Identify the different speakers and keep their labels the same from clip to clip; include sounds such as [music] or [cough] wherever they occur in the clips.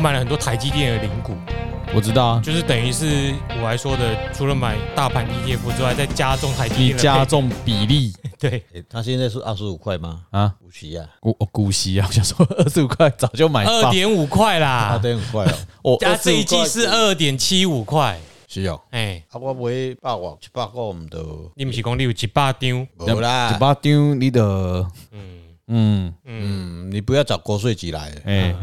Speaker 1: 买了很多台积电的零股，
Speaker 2: 我知道啊，
Speaker 1: 就是等于是我来说的，除了买大盘 ETF 之外，再加重台积
Speaker 2: 你
Speaker 1: 电的
Speaker 2: 加
Speaker 1: 配
Speaker 2: 重比例
Speaker 1: 对
Speaker 3: 诶欸他现在是二十五块吗？
Speaker 1: [laughs]
Speaker 2: 啊，
Speaker 3: 五十啊，
Speaker 2: 股哦股息啊，我想说 [laughs] 二十五块早就买
Speaker 1: 二
Speaker 2: 爆，
Speaker 1: 点五块
Speaker 3: 啊，
Speaker 1: 啦，
Speaker 3: 对，很
Speaker 1: [laughs]
Speaker 3: 快哦，
Speaker 2: 我
Speaker 1: 加这一季
Speaker 3: 25
Speaker 1: 是二点七五块，
Speaker 3: 是哦。
Speaker 1: 哎，
Speaker 3: 啊，我买百外一百个
Speaker 1: [laughs]
Speaker 3: 唔得，
Speaker 1: 你们是讲你有一百张，
Speaker 3: 无
Speaker 2: 一
Speaker 3: 啦。
Speaker 2: 巴丢你的，
Speaker 1: 嗯
Speaker 2: 啊嗯，
Speaker 1: 嗯，
Speaker 3: 嗯，你不要找国税局来。
Speaker 2: 哎，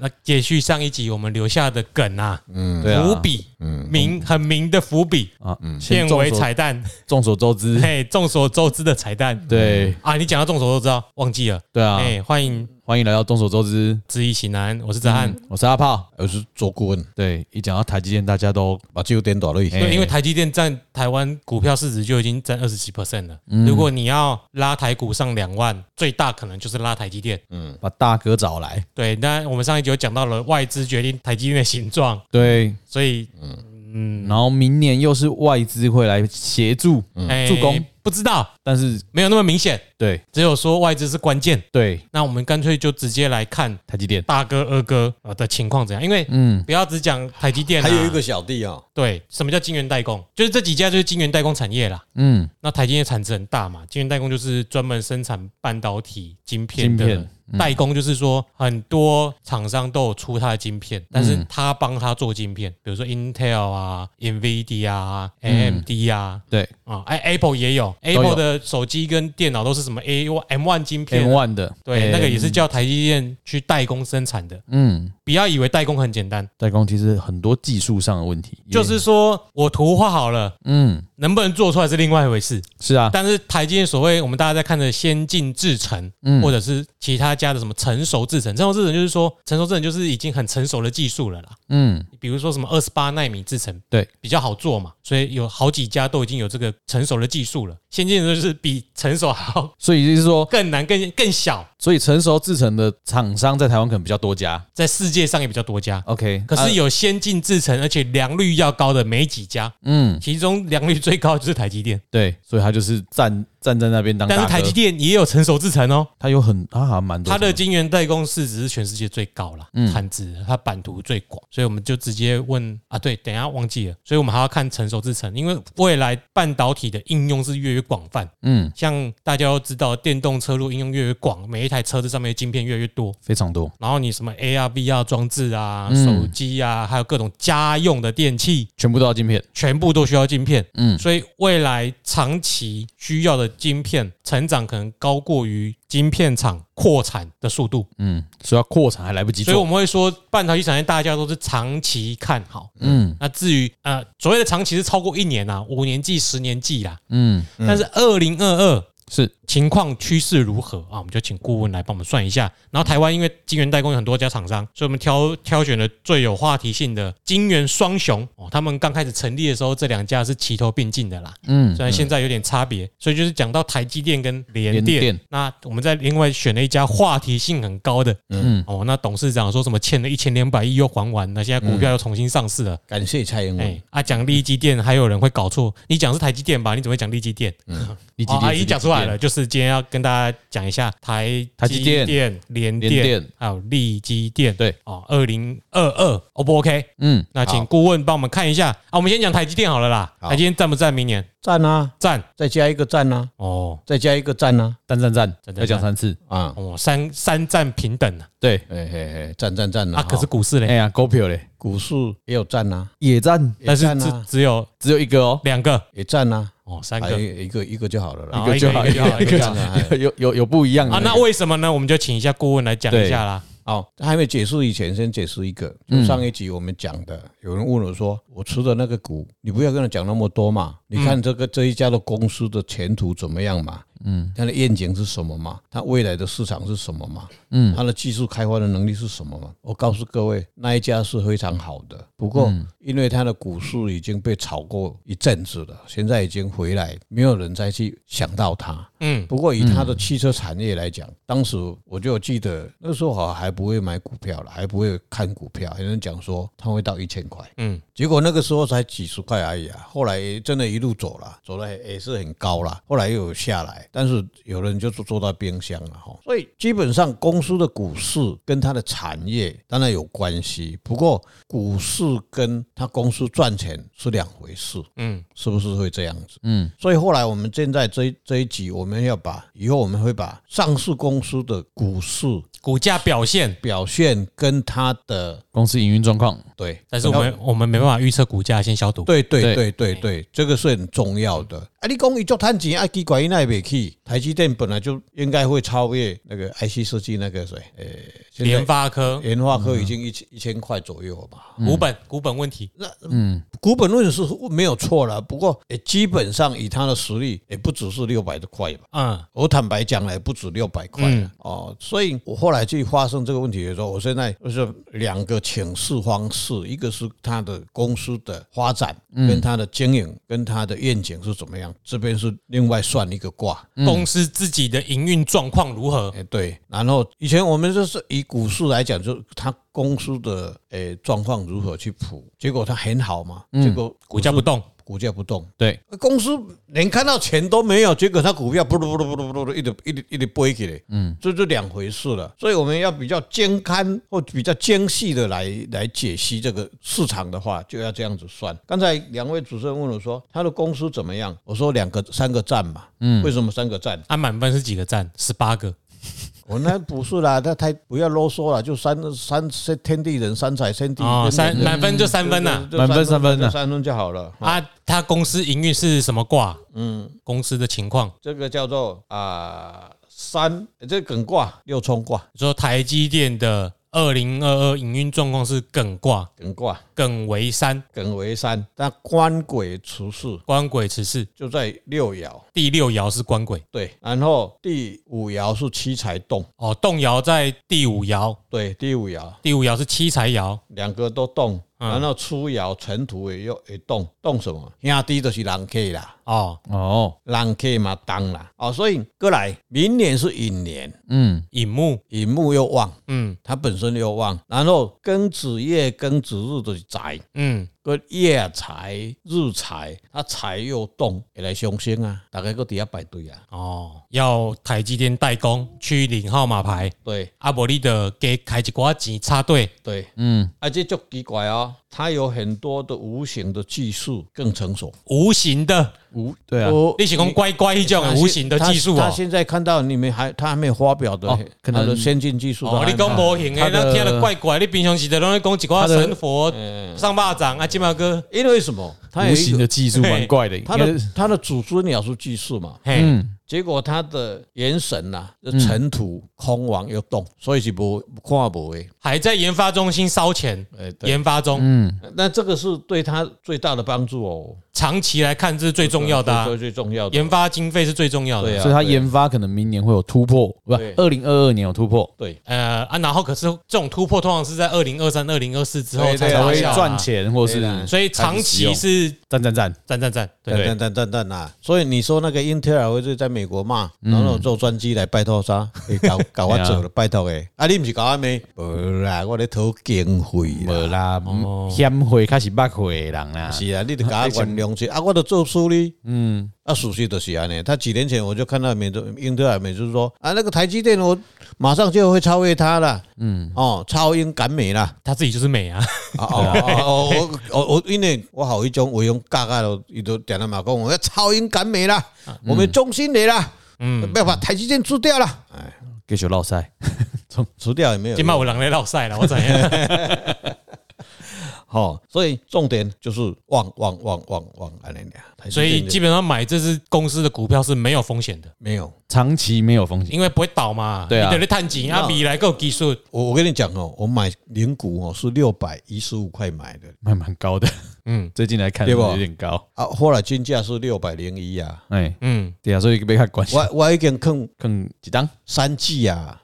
Speaker 1: 那接续上一集我们留下的梗啊，
Speaker 3: 嗯，
Speaker 2: 对啊，
Speaker 1: 伏笔，
Speaker 3: 嗯
Speaker 1: 明很明的伏笔，
Speaker 2: 啊，
Speaker 1: 变
Speaker 2: 先众
Speaker 1: 为
Speaker 2: 所
Speaker 1: 彩
Speaker 2: [laughs]
Speaker 1: 蛋，
Speaker 2: 众所周知，
Speaker 1: 嘿，众所周知的彩蛋。
Speaker 2: 对
Speaker 1: 啊，你讲到众所周知啊，忘记了。
Speaker 2: 对啊，
Speaker 1: 哎，欢迎
Speaker 2: 欢迎来到众所周知，
Speaker 1: 知易行难，我是子翰。
Speaker 2: 我是阿炮，
Speaker 3: 我是做顾问，
Speaker 2: 对，一讲到台积电，大家都
Speaker 3: 把酒点大泪。
Speaker 1: 对，因为台积电占台湾股票市值就已经占二十几 percent 了。
Speaker 3: 嗯
Speaker 1: 如果你要拉台股上两万，最大可能就是拉台积电。
Speaker 3: 嗯
Speaker 2: 把大哥找来，
Speaker 1: 对，那我们上一集有讲到了外资决定台积电的形状，
Speaker 2: 对，
Speaker 1: 所以
Speaker 3: 嗯
Speaker 1: 嗯
Speaker 2: 然后明年又是外资会来协助，
Speaker 1: 哎
Speaker 2: 助攻
Speaker 1: 不知道，
Speaker 2: 但是
Speaker 1: 没有那么明显，
Speaker 2: 对
Speaker 1: 只有说外资是关键。
Speaker 2: 对，
Speaker 1: 那我们干脆就直接来看
Speaker 2: 台积电，
Speaker 1: 大哥二哥呃的情况怎样，因为
Speaker 2: 嗯，
Speaker 1: 不要只讲台积电、啊，
Speaker 3: [laughs] 还有一个小弟哦，
Speaker 1: 对，什么叫晶圆代工？就是这几家就是晶圆代工产业啦。
Speaker 2: 嗯，
Speaker 1: 那台积电产值很大嘛，晶圆代工就是专门生产半导体晶片
Speaker 2: 晶
Speaker 1: 的
Speaker 2: 片嗯
Speaker 1: 代工，就是说很多厂商都有出它的晶片，
Speaker 2: 嗯
Speaker 1: 但是他帮他做晶片，比如说 Intel 啊、NVIDIA 啊、AMD 啊。
Speaker 2: 对
Speaker 1: 啊，哎，Apple 也有
Speaker 2: 嗯有
Speaker 1: ，Apple 的手机跟电脑都是什么 A M One 晶片
Speaker 2: ，M
Speaker 1: 啊，
Speaker 2: one 的，
Speaker 1: 对，
Speaker 2: 哎
Speaker 1: 那个也是，叫台积电去代工生产的。
Speaker 2: 嗯，
Speaker 1: 不要以为代工很简单，
Speaker 2: 代工其实很多技术上的问题，
Speaker 1: 就是说我图画好了，
Speaker 2: 嗯，
Speaker 1: 能不能做出来是另外一回事。
Speaker 2: 是啊，
Speaker 1: 但是台积电所谓我们大家在看的先进制程，
Speaker 2: 嗯
Speaker 1: 或者是其他家的什么成熟制程，成熟制程就是说成熟制程就是已经很成熟的技术了啦。
Speaker 2: 嗯，
Speaker 1: 比如说什么二十八纳米制程，
Speaker 2: 对，
Speaker 1: 比较好做嘛，所以有好几家都已经有这个成熟的技术了。先进的就是比成熟还要
Speaker 2: 所以就是说，
Speaker 1: 更难、更更小，
Speaker 2: 所以成熟制成的厂商在台湾可能比较多家
Speaker 1: 在世界上也比较多家。
Speaker 2: ，OK，
Speaker 1: 可是
Speaker 2: 啊
Speaker 1: 有先进制程，而且良率要高的没几家，
Speaker 2: 嗯，
Speaker 1: 其中良率最高就是台积电，
Speaker 2: 对，所以他就是站站在那边当大
Speaker 1: 但
Speaker 2: 哥，
Speaker 1: 是台积电也有成熟制程哦，
Speaker 2: 他有很，他好像蛮多
Speaker 1: 它
Speaker 2: 厂商，
Speaker 1: 的晶圆代工市值是全世界最高啦，
Speaker 2: 嗯
Speaker 1: 产值它版图最广，所以我们就直接问啊，对，等一下忘记了，所以我们还要看成熟制程，因为未来半导体的应用是越来越广泛，
Speaker 2: 嗯，
Speaker 1: 像大家都知道，电动车路应用越来越广，每一台车子上面的晶片越来越多。
Speaker 2: 非常多，
Speaker 1: 然后你什么 AR、VR 装置啊、
Speaker 2: 嗯
Speaker 1: 手机啊，还有各种家用的电器，
Speaker 2: 全部都要晶片，
Speaker 1: 全部都需要晶片。
Speaker 2: 嗯，
Speaker 1: 所以未来长期需要的晶片成长可能高过于晶片厂扩产的速度，
Speaker 2: 嗯，所以要扩产还来不及
Speaker 1: 所以我
Speaker 2: 做，
Speaker 1: 们会说半导体产业大家都是长期看好。
Speaker 2: 嗯
Speaker 1: 那至于呃所谓的长期是超过一年啊，五年计、十年计啦。
Speaker 2: 嗯，
Speaker 1: 但是二零二二
Speaker 2: 是
Speaker 1: 情况趋势如何啊？我们就请顾问来帮我们算一下。然后台湾因为晶圆代工有很多家厂商，所以我们挑挑选了最有话题性的晶圆双雄哦。他们刚开始成立的时候，这两家是齐头并进的啦。
Speaker 2: 嗯
Speaker 1: 虽然现在有点差别，所以就是讲到台积电跟联
Speaker 2: 联
Speaker 1: 电
Speaker 2: 电，
Speaker 1: 那我们再另外选了一家话题性很高的
Speaker 2: 嗯，
Speaker 1: 哦。那董事长说什么欠了一千两百亿又还完，那现在股票又重新上市了。
Speaker 3: 感谢蔡
Speaker 2: 嗯
Speaker 3: 英
Speaker 1: 哎、
Speaker 3: 文，
Speaker 1: 啊，讲利基电还有人会搞错，你讲是台积电吧？你怎么会讲利基电？
Speaker 2: 立
Speaker 1: 哦啊，已
Speaker 2: 已
Speaker 1: 经讲出来了，，就是今天要跟大家讲一下台
Speaker 2: 台积电
Speaker 1: 电、联
Speaker 2: 联电
Speaker 1: 还有利基电，
Speaker 2: 对
Speaker 1: 哦，二零二二，O 不 OK？
Speaker 2: 嗯，
Speaker 1: 那请
Speaker 3: 好
Speaker 1: 顾问帮我们看一下啊，我们先讲台积电好了啦，
Speaker 3: 好
Speaker 1: 台积电赞不赞明年？
Speaker 3: 赞啊，
Speaker 1: 赞
Speaker 3: 再加一个赞啊，
Speaker 1: 哦
Speaker 3: 再加一个赞啊，
Speaker 2: 赞赞赞，
Speaker 1: 赞赞
Speaker 2: 要讲
Speaker 1: 赞
Speaker 2: 三次，
Speaker 3: 啊，
Speaker 1: 哦，三三赞平等啊，
Speaker 2: 对，
Speaker 3: 嘿嘿嘿，赞赞赞
Speaker 1: 啊
Speaker 3: 啊！
Speaker 1: 可是
Speaker 3: 哈
Speaker 1: 股市
Speaker 2: 哎
Speaker 1: 嘞，
Speaker 2: 呀，股票嘞，
Speaker 3: 股市也有赞啊，
Speaker 2: 野战
Speaker 3: 也
Speaker 1: 但是
Speaker 3: 赞
Speaker 1: 只
Speaker 3: 啊，
Speaker 1: 只有
Speaker 2: 只有一个哦，
Speaker 1: 两个
Speaker 3: 也赞啊，
Speaker 1: 哦，三
Speaker 3: 哎
Speaker 1: 个
Speaker 3: 一个一个就好了
Speaker 1: 好
Speaker 3: 啦。
Speaker 1: 啊一个
Speaker 2: 就好，
Speaker 1: 一个就好一个就
Speaker 2: 就
Speaker 1: 好
Speaker 2: 好，有有有不一样的
Speaker 3: 嗯
Speaker 1: 啊，那为什么呢？我们就请一下顾问来讲一下啦。
Speaker 3: 哦，还没解释以前，先解释一个。就上一集我们讲的，有人问我说，我持的那个股，你不要跟他讲那么多嘛，你看这个这一家的公司的前途怎么样嘛？嗯，它的愿景是什么嘛？它未来的市场是什么嘛？
Speaker 2: 嗯
Speaker 3: 它的技术开发的能力是什么吗？我告诉各位，那一家是非常好的。不过，因为它的股市已经被炒过一阵子了，现在已经回来，没有人再去想到它。
Speaker 1: 嗯，
Speaker 3: 不过以它的汽车产业来讲，当时我就记得那时候好像还不会买股票了，还不会看股票，有人讲说它会到一千块，
Speaker 1: 嗯，
Speaker 3: 结果那个时候才几十块而已啊。后来真的一路走了，走了也是很高了，后来又有下来，但是有人就做做到冰箱了哈。所以基本上公司的股市跟它的产业当然有关系，不过股市跟它公司赚钱是两回事，
Speaker 1: 嗯，
Speaker 3: 是不是会这样子？
Speaker 2: 嗯，
Speaker 3: 所以后来我们现在这一这一集我们要把以后我们会把上市公司的股市
Speaker 1: 股价表现，
Speaker 3: 表现跟它的
Speaker 2: 公司营运状况，
Speaker 3: 对，
Speaker 1: 但是我们我们没办法预测股价，先消毒。
Speaker 3: 对对
Speaker 2: 对
Speaker 3: 对对对，这个是很重要的。啊，你讲伊做探钱，啊，奇怪伊那袂去，台积电本来就应该会超越那个 IC 设计那个谁，呃、现在
Speaker 1: 联发科嗯
Speaker 3: 研发科已经一千一千块左右了吧？
Speaker 1: 股本股本问题，
Speaker 3: 嗯那嗯，股本论是没有错了，不过也基本上以他的实力，也不只是六百多块吧。
Speaker 1: 嗯，
Speaker 3: 我坦白讲了，也不止六百块了、哦，所以我后来去发生这个问题的时候，我现在就是两个请示方式，一个是他的公司的发展，跟他的经营，跟他的愿景是怎么样，这边是另外算一个卦，
Speaker 1: 公司自己的营运状况如何？
Speaker 3: 嗯哎，对，然后以前我们就是以股市来讲，就是它公司的诶状况如何去谱，结果它很好嘛，结果
Speaker 1: 嗯股价不动，
Speaker 3: 股价不动，
Speaker 2: 对，
Speaker 3: 公司连看到钱都没有，结果它股票不噜不噜不噜不噜一直一直一直飞起来，嗯，这就两回事了。所以我们要比较精勘或比较精细的来来解析这个市场的话，就要这样子算。刚才两位主持人问我说，他的公司怎么样？我说两个三个赞嘛，嗯，为什么三个赞？
Speaker 1: 按啊满分是几个赞？十八个。
Speaker 3: 我那不是啦，他太不要啰嗦了，就三三三天地人，三才天地
Speaker 1: 哦，三
Speaker 3: 人
Speaker 1: 满分就三分呐、
Speaker 3: 就
Speaker 2: 满分三分呐
Speaker 3: 就三分就好了。
Speaker 1: 啊，他公司营运是什么卦？嗯，公司的情况，
Speaker 3: 这个叫做啊、三，这个艮卦六冲卦，
Speaker 1: 说台积电的二零二二营运状况是艮卦，
Speaker 3: 艮卦
Speaker 1: 艮为山，
Speaker 3: 艮为山，那官鬼除事
Speaker 1: 官鬼此事，
Speaker 3: 就在六爻，
Speaker 1: 第六爻是官鬼。
Speaker 3: 对，然后第五爻是七财动，
Speaker 1: 哦，动爻在第五爻，
Speaker 3: 对，第五爻
Speaker 1: 第五爻是七财爻，
Speaker 3: 两个都动，然后初爻尘土也又也动，动什么？兄弟就是人客啦。
Speaker 1: 哦，
Speaker 2: 哦，
Speaker 3: 人客嘛当啦，哦，所以过来明年是寅年，
Speaker 2: 嗯，
Speaker 1: 寅木，
Speaker 3: 寅木又旺，
Speaker 1: 嗯
Speaker 3: 它本身又旺，然后庚子月、庚子日的财，
Speaker 1: 嗯，
Speaker 3: 个夜财、日财，它财又动，也来上升啊，大概个底下排队啊，
Speaker 1: 哦，要台积电代工去领号码牌，啊
Speaker 3: 对
Speaker 1: 阿伯利的给开一寡钱插队，
Speaker 3: 对，
Speaker 2: 嗯，
Speaker 3: 而且就奇怪哦，它有很多的无形的技术更成熟，
Speaker 1: 无形的，
Speaker 2: 无对啊，
Speaker 3: 我
Speaker 1: 哦你是讲乖乖这种无形的技术
Speaker 3: 他
Speaker 1: 哦。
Speaker 3: 现在看到你们还他还没有发表的
Speaker 2: 哦，
Speaker 3: 可
Speaker 2: 可能
Speaker 3: 能先进技术，
Speaker 1: 哦，你讲无形的，
Speaker 2: 他的
Speaker 1: 那听了怪怪。你平常时在拢在讲一寡神佛
Speaker 3: 嗯
Speaker 1: 上巴掌啊，金毛哥，
Speaker 3: 因为什么？它有
Speaker 2: 无
Speaker 3: 一
Speaker 2: 形
Speaker 3: 个
Speaker 2: 的技术蛮怪的，
Speaker 3: 它
Speaker 2: 应
Speaker 3: 的
Speaker 2: 该是
Speaker 3: 它的祖孙鸟是祭祀嘛，
Speaker 1: 嘿，
Speaker 2: 嗯，
Speaker 3: 结果他的元神呐、啊，
Speaker 1: 嗯
Speaker 3: 就尘土空亡又动，所以是不看不诶。
Speaker 1: 还在研发中心烧钱，
Speaker 3: 哎，对，
Speaker 1: 研发中，
Speaker 3: 那这个是对他最大的帮助哦，
Speaker 1: 长期来看这是最重要的啊
Speaker 3: 这，是最重要的
Speaker 1: 研发经费是最重要
Speaker 3: 对
Speaker 1: 的。
Speaker 3: 啊
Speaker 2: 所以它研发可能明年会有突破，不，
Speaker 3: 对
Speaker 2: 二零二二年有突破，
Speaker 3: 对
Speaker 1: 呃啊，然后可是这种突破通常是在二零二三、二零二四之后
Speaker 3: 对
Speaker 1: 才
Speaker 3: 对
Speaker 2: 才
Speaker 1: 发
Speaker 2: 会
Speaker 1: 酵啊
Speaker 2: 赚，钱或是
Speaker 3: 对啊啦
Speaker 1: 所以长期是
Speaker 2: 赞赞赞，
Speaker 1: 赞赞赞，对
Speaker 3: 等等等等等啊！所以你说那个英特尔会是在美国骂，然后做专机来拜托 [laughs] 啥？你搞搞我走了，拜托诶！啊，你不是搞我没？无啦，我咧讨经费啦。
Speaker 2: 无啦，嫌会开始捌会的人啦，
Speaker 3: 哦是啊，你得搞我原谅 [laughs] 去啊！我都做书哩，嗯，啊，属实就是安尼。他几年前我就看到美洲英特尔美就是说啊，那个台积电我马上就会超越它了，嗯，哦，超英赶美啦。
Speaker 1: 他自己就是美啊，
Speaker 3: 啊哦哦哦，我我因为我好一种我用尬尬的，伊都点了嘛，讲我要超英赶美啦，
Speaker 1: 啊
Speaker 3: 我们中心美啦，嗯，不要把台积电除掉了，哎，
Speaker 2: 继续落赛，
Speaker 3: 除掉也没有
Speaker 1: 今麦有
Speaker 3: 用，
Speaker 1: 人来绕赛了，我怎
Speaker 3: [laughs]
Speaker 1: 样？
Speaker 3: 好，所以重点就是旺旺旺旺旺安尼俩，台积电
Speaker 1: 所以
Speaker 3: 就
Speaker 1: 基本上买这只公司的股票是没有风险的，
Speaker 3: 没有。
Speaker 2: 长期没有风险，
Speaker 1: 因为不会倒嘛。
Speaker 2: 对啊
Speaker 1: 你等于探钱啊，未来够技术，
Speaker 3: 我我跟你讲哦，我买零股哦是六百一十五块买的
Speaker 2: 蛮蛮高的， [laughs]
Speaker 1: 嗯
Speaker 2: 最近来看
Speaker 3: 对吧
Speaker 2: 有点高，
Speaker 3: 啊，后来均价是六百零一啊，
Speaker 2: 哎，
Speaker 1: 嗯，
Speaker 2: 对啊，所以被看关系
Speaker 3: 我我已经坑
Speaker 2: 更几档，
Speaker 3: 三 G 啊，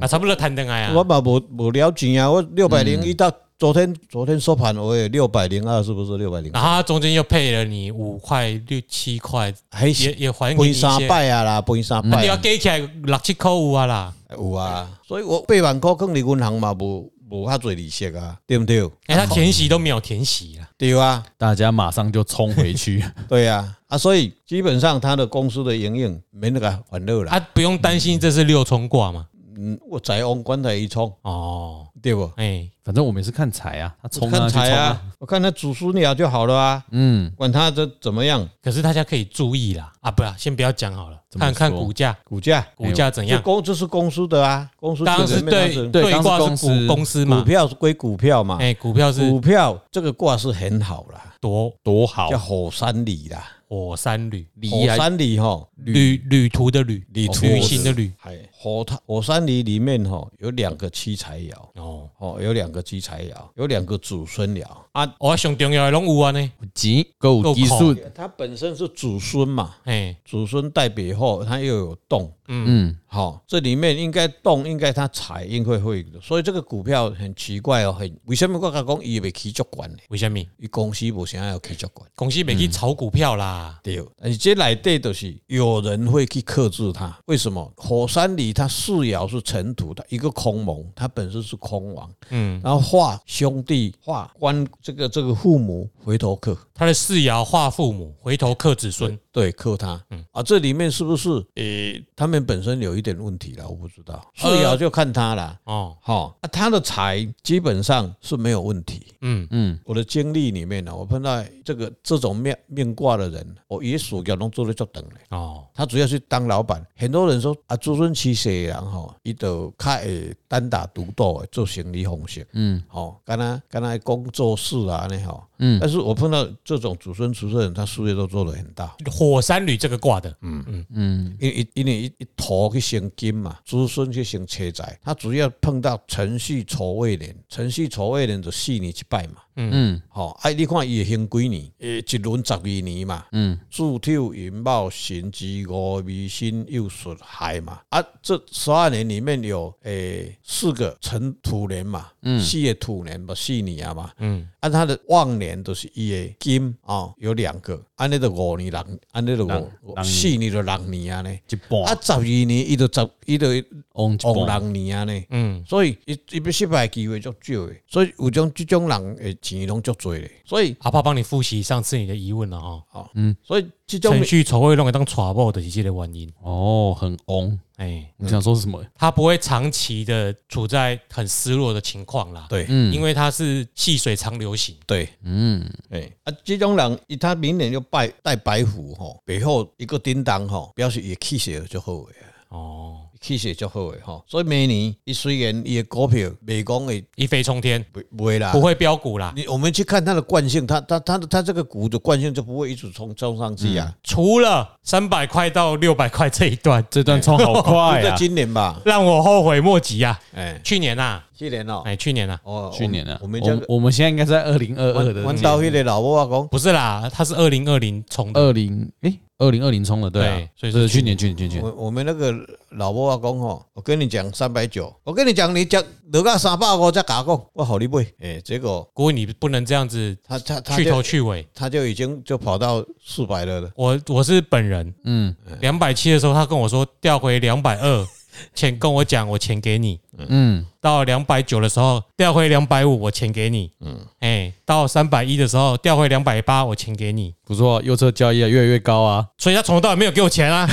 Speaker 1: 那差不多谈恋爱啊嗯
Speaker 3: 我。嘛无无了解啊，我六百零一到昨天昨天收盘我也六百零二，是不是六百零？
Speaker 1: 然后他中间又配了你五块、六七块，
Speaker 3: 还
Speaker 1: 也
Speaker 3: 是
Speaker 1: 也还给你
Speaker 3: 分
Speaker 1: 一些，
Speaker 3: 三
Speaker 1: 啊
Speaker 3: 拜啊啦，分三拜
Speaker 1: 你要
Speaker 3: 啊
Speaker 1: 加起来六七块有啊啦。
Speaker 3: 有啊，所以我八万块放伫银行嘛，无无遐侪利息啊，对不对？
Speaker 1: 哎，他填息都没有填息啦，
Speaker 3: 对啊，
Speaker 2: 大家马上就冲回去， [laughs]
Speaker 3: 对啊，啊，所以基本上它的公司的营运没那个欢乐了。
Speaker 1: 啊，不用担心这是六冲卦嘛。
Speaker 3: 嗯，我再往棺材一冲，
Speaker 1: 哦，
Speaker 3: 对不？
Speaker 1: 哎，
Speaker 2: 反正我们也是看财啊，他冲啊，
Speaker 3: 看
Speaker 2: 去冲
Speaker 3: 财啊，，我看他煮熟鸟就好了啊，
Speaker 2: 嗯，
Speaker 3: 管它这怎么样，
Speaker 1: 可是大家可以注意啦。啊，不啦，先不要讲好了，
Speaker 2: 怎么
Speaker 1: 看看
Speaker 2: 说
Speaker 1: 股价，
Speaker 3: 股价
Speaker 1: 股价怎
Speaker 3: 哎这
Speaker 1: 样？
Speaker 3: 公这是公司的啊，公司
Speaker 1: 当然是
Speaker 3: 基本
Speaker 1: 对
Speaker 3: 上是
Speaker 2: 对
Speaker 1: 对
Speaker 2: 当时
Speaker 1: 卦
Speaker 2: 公
Speaker 1: 是
Speaker 2: 司
Speaker 1: 股公司
Speaker 3: 股
Speaker 1: 嘛，
Speaker 3: 票是归股票嘛，
Speaker 1: 哎，股票是
Speaker 3: 股票这个卦是很好啦，
Speaker 1: 夺
Speaker 2: 多好
Speaker 3: 叫火山里啦，
Speaker 1: 火山旅
Speaker 2: 离
Speaker 3: 火
Speaker 2: 还
Speaker 3: 山里哈，
Speaker 1: 旅旅途的旅，旅
Speaker 3: 途
Speaker 1: 旅行的旅。
Speaker 3: 哎，火它火山里里面哈有两个七财爻，
Speaker 1: 哦，
Speaker 3: 哦，有两个七财爻，有两个祖孙爻啊，
Speaker 1: 我哦上重要的拢有啊呢。
Speaker 2: 急够技
Speaker 1: 够
Speaker 2: 术，
Speaker 3: 它本身是祖孙嘛，
Speaker 1: 哎，
Speaker 3: 祖孙代表后，它又有动，
Speaker 2: 嗯，
Speaker 3: 好、这里面应该动，应该它财应该会，所以这个股票很奇怪哦，很为什么我讲伊袂起足管呢？
Speaker 1: 为什么？
Speaker 3: 伊公司无啥要起足管，
Speaker 1: 公司没去炒股票啦。
Speaker 3: 对。而且内底就是有人会去克制它，为什么？火山里它四爻是尘土的，一个空蒙，它本身是空王，
Speaker 1: 嗯，
Speaker 3: 然后化兄弟化官这个这个父母回头客，
Speaker 1: 他的四爻化父母，回头克子孙。
Speaker 3: 对，克他。嗯啊，这里面是不是诶、呃他们本身有一点问题了？我不知道，四爻就看他啦。
Speaker 1: 哦，
Speaker 3: 好、啊，他的财基本上是没有问题。
Speaker 1: 嗯，
Speaker 3: 我的经历里面呢，啊我碰到这个这种面面卦的人，哦我也属要能做得就等嘞。
Speaker 1: 哦，
Speaker 3: 他主要是当老板，很多人说啊，祖孙七世的人吼，伊就较会单打独斗的做生理方式，嗯，吼、敢若敢若工作室啊那吼，嗯，但是我碰到这种祖孙出生人，他事业都做得很大，
Speaker 1: 火山旅这个卦的，嗯，
Speaker 3: 因为因为一一头去生金嘛，子孙去生车财，他主要碰到辰戌丑未年，辰戌丑未年就四年一拜嘛。嗯嗯，好、啊，你看伊会行几年？诶，一轮十二年嘛。嗯，祝丑寅卯辰巳午未辛酉戌亥嘛。啊，这十二年里面有诶四个辰土年嘛，嗯，四个土年嘛，四年啊嘛。嗯，按、他的旺年都是伊的金啊、哦有两个，安尼的五年六，安尼的五
Speaker 2: 六年
Speaker 3: 四年就六年啊呢。
Speaker 2: 一半
Speaker 3: 啊，十二年伊就十，伊就
Speaker 2: 往一
Speaker 3: 往
Speaker 2: 半，
Speaker 3: 六年啊呢，
Speaker 1: 嗯，
Speaker 3: 所以伊伊要失败的机会足少的，所以有种即种人诶钱拢足多的，所以
Speaker 1: 阿爸帮你复习上次你的疑问了哈。
Speaker 3: 所以即种
Speaker 1: 程序筹会弄个当 trouble 的一些的原因，
Speaker 2: 哦，很翁，
Speaker 1: 哎，
Speaker 2: 你想说什么？
Speaker 1: 他不会长期的处在很失落的情况啦，
Speaker 3: 对
Speaker 2: 嗯
Speaker 1: 因为他是细水长流型，
Speaker 3: 对，
Speaker 2: 嗯，
Speaker 3: 诶啊，即种人伊他明年就拜带白虎吼，背后一个叮当吼，表示伊气势足好诶，
Speaker 1: 哦，
Speaker 3: 气势足好诶吼，所以明年伊虽然伊诶股票袂讲会
Speaker 1: 一飞冲天，
Speaker 3: 袂袂啦
Speaker 1: 不。会标股啦。
Speaker 3: 你我们去看它的惯性，它它它的它这个股的惯性就不会一直冲冲上去啊。
Speaker 1: 除了三百块到六百块这一段，
Speaker 2: 这段冲好快
Speaker 3: 就在
Speaker 2: 啊！
Speaker 3: 今年吧，
Speaker 1: 让我后悔莫及啊！
Speaker 3: 哎，
Speaker 1: 去年啊，
Speaker 3: 去年哦，
Speaker 1: 哎，去年啊，
Speaker 3: 哦，
Speaker 2: [laughs] 去年啊，
Speaker 3: 我们
Speaker 2: 我
Speaker 3: 这
Speaker 2: 们
Speaker 3: 个
Speaker 2: 我们现在应该是在二零二二的
Speaker 3: 阮兜迄个老母啊讲，
Speaker 1: 不是啦，他是二零二零冲的，
Speaker 2: 二零诶二零二零冲了，对啊
Speaker 1: 对，所以
Speaker 2: 这
Speaker 1: 是
Speaker 2: 是去年去年去年，去年
Speaker 3: 我我们那个老母啊讲吼，我跟你讲三百九，我跟你讲你讲落到三百五才甲我讲，我好你买，诶、结果
Speaker 1: 不过你不能这样子
Speaker 3: 他他他
Speaker 1: 去头
Speaker 3: 就
Speaker 1: 去尾。
Speaker 3: 他就已经就跑到四百了了，
Speaker 1: 我我是本人，
Speaker 2: 嗯
Speaker 1: 两百七的时候，他跟我说调回两百二，钱跟我讲，我钱给你。
Speaker 2: 嗯，
Speaker 1: 到两百九的时候调回两百五，我钱给你。嗯，哎，到三百一的时候调回两百八，我钱给你。
Speaker 2: 不错，右侧交易啊越来越
Speaker 1: [laughs]
Speaker 2: 高啊，
Speaker 1: 所以他从头到尾没有给我钱啊！。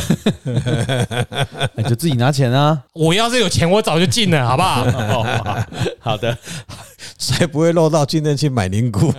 Speaker 2: 你就自己拿钱啊
Speaker 1: 我要是有钱，我早就进了，好不好？
Speaker 2: [laughs] 哦，好
Speaker 3: [laughs]
Speaker 2: 的，
Speaker 3: 才不会落到今天去买零股。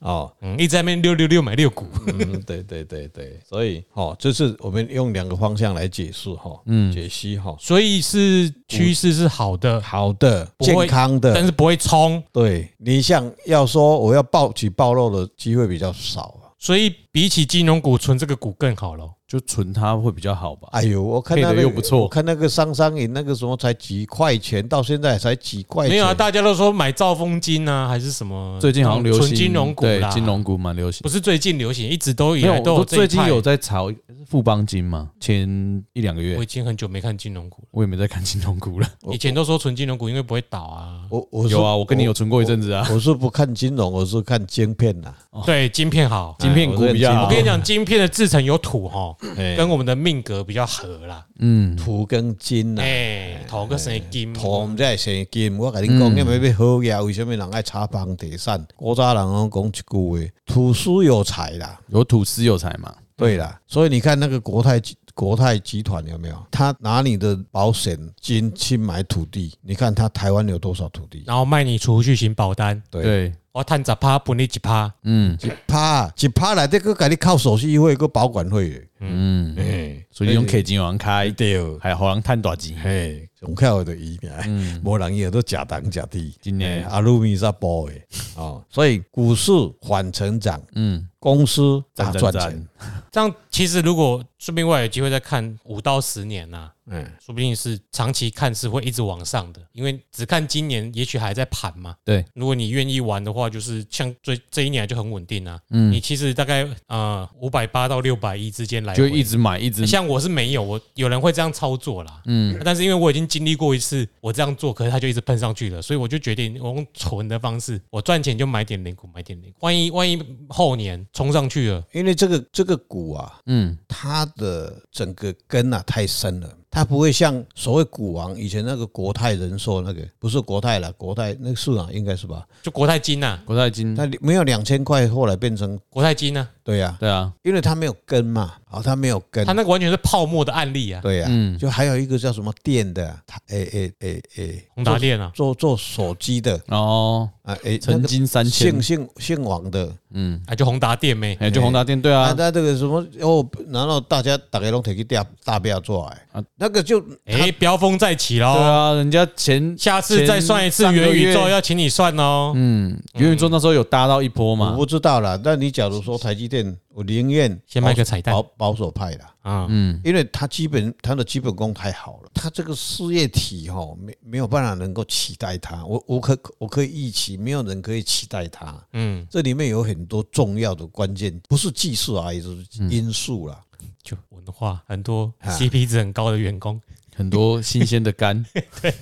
Speaker 3: 哦，
Speaker 1: 嗯，一直在那边六六六买六股，
Speaker 3: 嗯，对对对对，所以哦，这是我们用两个方向来解释哈，嗯，解析哈，
Speaker 1: 所以是趋势是好的，
Speaker 3: 好的，
Speaker 1: 不
Speaker 3: 健
Speaker 1: 会
Speaker 3: 康
Speaker 2: 嗯
Speaker 3: 的，
Speaker 1: 但是不会冲，
Speaker 3: 对你像要说我要暴起暴露的机会比较少啊。
Speaker 1: 所以比起金融股存这个股更好咯。
Speaker 2: 就存它会比较好吧。
Speaker 3: 哎呦，我看那
Speaker 2: 配
Speaker 3: 个
Speaker 2: 得又不错
Speaker 3: 我看那个商商银那个什么才几块钱，到现在才几块钱。
Speaker 1: 没有啊，大家都说买兆丰金啊，还是什么？
Speaker 2: 哎最近好像流行
Speaker 1: 纯金融股
Speaker 2: 对
Speaker 1: 啦，
Speaker 2: 金融股蛮流行
Speaker 1: 不。是最近流行，一直都以
Speaker 2: 没有，
Speaker 1: 来都
Speaker 2: 我说
Speaker 1: 有这一
Speaker 2: 最近
Speaker 1: 派
Speaker 2: 有在炒富邦金嘛，前一两个月
Speaker 1: 我已经很久没看金融股了，
Speaker 2: 我也没在看金融股了。
Speaker 1: 以前都说纯金融股因为不会倒啊。
Speaker 3: 我我是
Speaker 2: 有啊，我跟你有存过一阵子啊，
Speaker 3: 我是不看金融，我是看晶片啊呐。
Speaker 1: 对，晶片好，
Speaker 2: 哦晶片股比较
Speaker 1: 我
Speaker 2: 好
Speaker 1: 跟。你讲，晶片的制成有土哈，
Speaker 3: 哎
Speaker 1: 跟我们的命格比较合啦。
Speaker 2: 嗯，
Speaker 3: 土跟金呐，啊
Speaker 1: 哎，头个生金，
Speaker 3: 土唔才系成金。我甲你讲，你咪要好嘢，为什么人爱炒房地产？古早人拢讲一句话：土司有财啦。
Speaker 2: 有土司有财嘛，
Speaker 3: 对啦，所以你看那个国泰集国泰集团有没有？他拿你的保险金去买土地，你看他台湾有多少土地？
Speaker 1: 然后卖你储蓄型保单，
Speaker 3: 对，
Speaker 2: 对，
Speaker 1: 我探十趴，不你几趴，
Speaker 2: 嗯
Speaker 3: 一趴一趴来，这个给你靠手续费跟保管费。
Speaker 2: 嗯，
Speaker 3: 哎，
Speaker 2: 所以用 K 金往开，
Speaker 3: 对，
Speaker 2: 还有好像探大钱，
Speaker 3: 嘿，上巧的伊呢，无人伊也都假糖假地，
Speaker 2: 真的
Speaker 3: 嘿阿鲁米萨波的哦，所以股市缓成长，
Speaker 2: 嗯，
Speaker 3: 公司大
Speaker 2: 赞
Speaker 3: 赚
Speaker 2: 赞
Speaker 3: 钱，
Speaker 1: 这样其实如果说不定未来有机会再看五到十年呐、
Speaker 3: 嗯，
Speaker 1: 说不定是长期看是会一直往上的，因为只看今年也许还在盘嘛。
Speaker 2: 对，
Speaker 1: 如果你愿意玩的话，就是像这这一年来就很稳定啊。
Speaker 2: 嗯
Speaker 1: 你其实大概呃五百八到六百一之间
Speaker 3: 哎
Speaker 1: 来
Speaker 2: 就
Speaker 1: 回
Speaker 2: 一直买一直买，
Speaker 1: 像我是没有，我有人会这样操作啦。
Speaker 2: 嗯，
Speaker 1: 但是因为我已经经历过一次，我这样做，可是它就一直喷上去了，所以我就决定我用存的方式，我赚钱就买点零股，买点零股。万一万一后年冲上去了，
Speaker 3: 因为这个这个股啊，
Speaker 2: 嗯
Speaker 3: 它的整个根啊太深了，它不会像所谓股王以前那个国泰人寿那个，不是国泰了，国泰那个是啊，应该是吧？
Speaker 1: 就国泰金呐、啊，
Speaker 2: 国泰金，
Speaker 3: 它没有两千块，后来变成
Speaker 1: 国泰金呐、
Speaker 3: 对呀、
Speaker 2: 对啊，
Speaker 3: 因为它没有根嘛，好，它没有根
Speaker 1: 它，那个完全是泡沫的案例啊，
Speaker 3: 对呀、
Speaker 2: 嗯
Speaker 3: 就还有一个叫什么电的啊，它诶诶诶诶，
Speaker 1: 宏达电啊，
Speaker 3: 做做手机的
Speaker 2: 哦，
Speaker 3: 啊，诶，那
Speaker 2: 曾
Speaker 3: 个
Speaker 2: 经三千
Speaker 3: 姓，姓姓王的，
Speaker 2: 嗯，
Speaker 1: 啊就宏达电呗。
Speaker 2: 哎，就宏达店，对
Speaker 3: 啊，
Speaker 2: 啊，
Speaker 3: 那这个什么哦，然后大家大家拢提去大大标做
Speaker 2: 啊
Speaker 3: 哎，那个就
Speaker 1: 哎，飙风再起
Speaker 2: 对
Speaker 1: 喽，
Speaker 3: 哦
Speaker 2: 啊，人家前
Speaker 1: 下次再算一次
Speaker 2: 前上个
Speaker 1: 元
Speaker 2: 月
Speaker 1: 宇宙，要请你算哦。
Speaker 2: 嗯，元宇宙那时候有搭到一波
Speaker 3: 我
Speaker 2: 嘛，
Speaker 3: 不知道啦。那你假如说台积电，我宁愿
Speaker 1: 先卖个彩蛋
Speaker 3: 保保守派啦，
Speaker 1: 啊，
Speaker 2: 嗯
Speaker 3: 因为它基本它的基本功太好了，它这个事业体哈、没没有办法能够取代它。我我可我可以预期，没有人可以取代它。
Speaker 1: 嗯，
Speaker 3: 这里面有很多重要的关键，不是技术而已，就是因素啦。
Speaker 1: 就文化很多
Speaker 3: 啊
Speaker 1: CP 值很高的员工， [laughs]
Speaker 2: 很多新鲜的
Speaker 3: [laughs]
Speaker 2: 肝，对，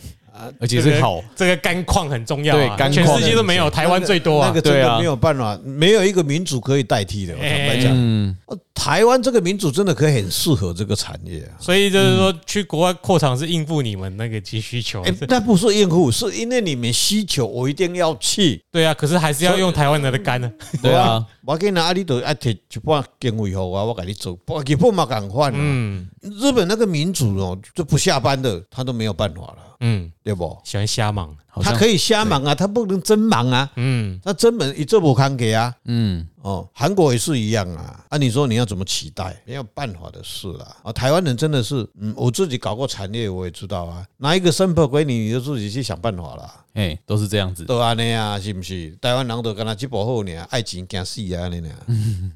Speaker 2: 而且是
Speaker 3: 啊
Speaker 2: 好，
Speaker 1: 这个干矿很重要啊，
Speaker 2: 对干
Speaker 1: 全
Speaker 2: 矿
Speaker 1: 世界都没有，台湾最多
Speaker 3: 那
Speaker 1: 啊哎
Speaker 3: 个。真
Speaker 2: 对
Speaker 3: 的
Speaker 2: 啊
Speaker 3: 没有办法，没有一个民主可以代替的。我坦白讲，
Speaker 2: 嗯，
Speaker 3: 哦台湾这个民主真的可以很适合这个产业啊。
Speaker 1: 所以就是说，去国外扩厂是应付你们那个急需求啊
Speaker 3: 哎，，那不是应付，是因为你们需求，我一定要去。
Speaker 1: 对啊，可是还是要用台湾人的干呢。
Speaker 2: 对啊，
Speaker 3: 我跟你讲，啊，你都要摕一半经费给我，我给你做。不日本嘛，敢换。
Speaker 1: 嗯
Speaker 3: 日本那个民主哦，就不下班的，他都没有办法了，
Speaker 1: 嗯，
Speaker 3: 对不？
Speaker 1: 喜欢瞎忙，
Speaker 2: 好
Speaker 3: 他
Speaker 2: 像
Speaker 3: 可以瞎忙啊，他不能真忙啊。
Speaker 1: 嗯，
Speaker 3: 那真忙一这不看给啊，
Speaker 2: 嗯，
Speaker 3: 哦，韩国也是一样啊。啊，你说你要怎么期待？没有办法的事啦。啊，台湾人真的是，嗯，我自己搞过产业，我也知道啊。拿一个生破给你，你就自己去想办法啦。
Speaker 2: 哎，都是这样子，
Speaker 3: 都安尼啊，是不是？台湾人都跟他这步好呢，爱情惊死啊，安尼呢，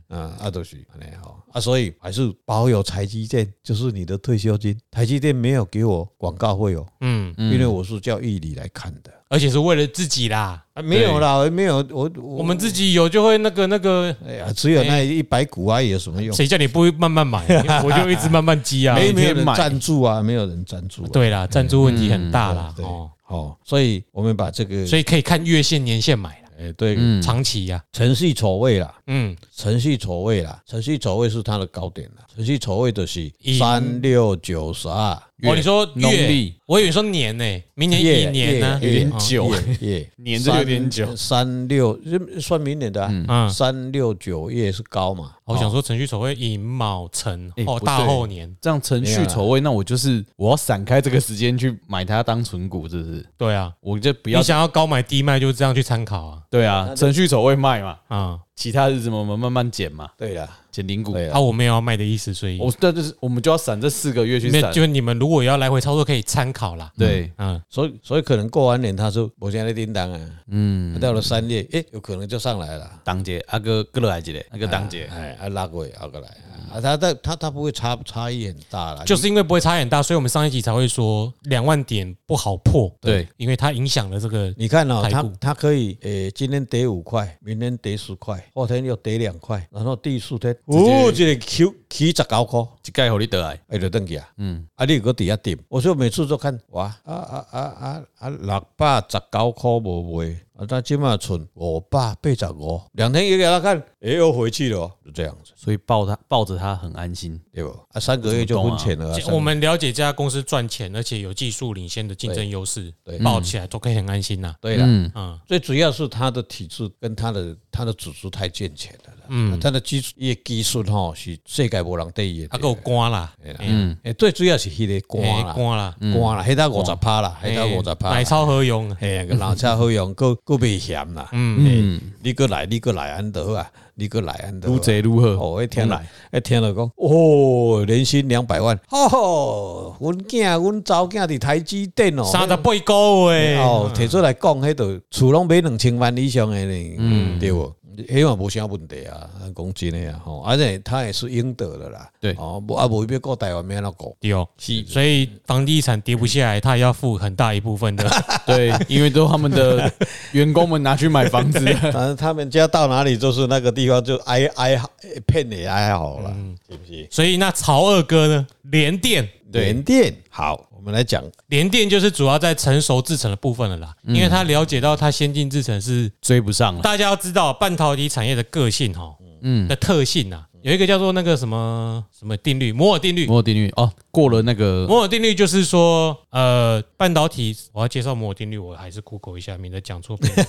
Speaker 3: 啊啊，都是安尼吼啊，所以还是保有台积电，就是你的退休金。台积电没有给我广告费哦，
Speaker 1: 嗯，
Speaker 3: 因为我是叫义理来看的
Speaker 1: 而且是为了自己啦。
Speaker 3: 啊，没有啦，没有，我我
Speaker 1: 我们自己有就会那个那个，
Speaker 3: 哎呀，只有那一百股啊，有什么用？
Speaker 1: 谁叫你不慢慢买，啊
Speaker 3: [laughs]
Speaker 1: 我就一直慢慢积啊。
Speaker 3: 没没有
Speaker 2: 每天
Speaker 3: 人
Speaker 2: 买
Speaker 3: 赞助啊，没有人赞助、啊，
Speaker 1: 对啦，赞助问题很大啦。
Speaker 3: 对
Speaker 1: 哦，
Speaker 3: 哦，所以我们把这个，
Speaker 1: 所以可以看月线、年线买啦，
Speaker 3: 哎，对，
Speaker 2: 嗯，
Speaker 1: 长期呀、
Speaker 3: 程序错位啦。
Speaker 1: 嗯，
Speaker 3: 程序错位啦，程序错位是它的高点啦。程序错位就是
Speaker 1: 一
Speaker 3: 三六九十二，
Speaker 2: 月
Speaker 1: 哦，你说
Speaker 2: 农
Speaker 1: 月
Speaker 2: 历，
Speaker 1: 我以为说年呢、明年
Speaker 3: 月
Speaker 1: 一年啊呢、
Speaker 3: 月
Speaker 2: 点久
Speaker 3: 月
Speaker 1: [laughs]
Speaker 3: 月
Speaker 2: 年这有点久
Speaker 3: 三三六这算明年的啊，
Speaker 1: 嗯，
Speaker 3: 三六九月是高嘛？
Speaker 1: 我想说程序所谓寅卯辰
Speaker 2: 哎
Speaker 1: 哦，
Speaker 2: 不
Speaker 1: 大
Speaker 2: 对
Speaker 1: 后年，
Speaker 2: 这样程序筹位，那我就是我要散开这个时间去买它当存股，是不是？
Speaker 1: 对啊，
Speaker 2: 我就不
Speaker 1: 你
Speaker 2: 要
Speaker 1: 想要高买低卖，就这样去参考啊
Speaker 2: 对啊，程序筹位卖嘛，
Speaker 1: 啊，
Speaker 2: 其他日子我们慢慢减嘛，
Speaker 3: 对了，
Speaker 2: 减零股。
Speaker 3: 对了，
Speaker 1: 啊，我没有要卖的意思，所以
Speaker 2: 我但就是我们就要散这四个月去
Speaker 1: 没有
Speaker 2: 散，
Speaker 1: 就是你们如果要来回操作，可以参考啦。
Speaker 2: 对，
Speaker 1: 嗯，
Speaker 3: 所以所以可能过完年它是我现在叮当啊，
Speaker 2: 嗯，
Speaker 3: 到了三月，诶，有可能就上来了。
Speaker 2: 当姐阿哥哥来姐嘞，阿哥当姐，
Speaker 3: 哎，啊拉过拉过来啊，它它它它不会差差异很大啦，
Speaker 1: 就是因为不会差很大，所以我们上一集才会说两万点不好破，
Speaker 2: 对，
Speaker 1: 因为它影响了这个
Speaker 3: 你看哦，
Speaker 1: 排
Speaker 3: 它
Speaker 1: 骨
Speaker 3: 它可以，诶、今天跌五块，明天跌十块，后天又跌两块，然后第四天哦，这个起起十九块，
Speaker 2: 一盖互你得来，
Speaker 3: 哎，就登去啊。嗯，啊，你个底下点，我说每次都看，哇，啊啊啊啊啊，六百十九块无卖，啊，那即嘛剩五百八十五，两天一给他看，哎，又回去了哦，就这样子，
Speaker 2: 所以抱他抱着他很安心。
Speaker 3: 对不？啊，三个月就婚前了啊，
Speaker 1: 我们了解这家公司赚钱，而且有技术领先的竞争优势
Speaker 3: 对，
Speaker 1: 抱起来都可以很安心呐。
Speaker 3: 对了。
Speaker 2: 嗯，
Speaker 1: 嗯，
Speaker 3: 最主要是他的体质跟他的他的组织太健全了啦，嗯，他的技术业技术吼是世界无人第一的
Speaker 1: 啊，，够哎官啦，嗯，
Speaker 3: 嗯，诶，最主要是迄个
Speaker 1: 嘿
Speaker 3: 肝啦，
Speaker 1: 官啦，
Speaker 3: 肝啦，迄搭五十趴啦，迄搭
Speaker 1: 嘿
Speaker 3: 五十趴，
Speaker 1: 奶超何用啊？
Speaker 3: 嘿，个冷车好 [laughs] 用，够够袂嫌啦，嗯，你过来，你过来安得好啊，你过来安得好
Speaker 2: 如
Speaker 3: 啊。
Speaker 2: 贼如何？
Speaker 3: 哦，一听来，一听了讲，哦，年薪两百万，哦，阮囝、阮查某囝伫台积电哦，
Speaker 1: 三十八个月，
Speaker 3: 哦，提出来讲，迄度厝拢买两千万以上的呢，嗯，对无？迄嘛无啥问题啊，讲真诶啊，吼，而且他也是应得的啦，
Speaker 2: 对
Speaker 3: 哦，无啊，无伊要顾台湾免怎顾，
Speaker 1: 对哦，所以房地产跌不下来，他也要付很大一部分的。
Speaker 2: 对，因为都他们的员工们拿去买房子了
Speaker 3: 反正他们家到哪里就是那个地方就哀哀骗也哀好了，是不是？
Speaker 1: 所以那曹二哥呢，联电，
Speaker 3: 联电好，我们来讲
Speaker 1: 联电就是主要在成熟制程的部分了啦，因为他了解到它先进制程是
Speaker 2: 追不上了。
Speaker 1: 大家要知道半导体产业的个性哈，
Speaker 2: 嗯
Speaker 1: 的特性啊，有一个叫做那个什么什么定律，摩尔定律。
Speaker 2: 摩尔定律哦，过了那个
Speaker 1: 摩尔定律就是说，呃，半导体我要介绍摩尔定律，我还是 Google 一下，免得讲错别人。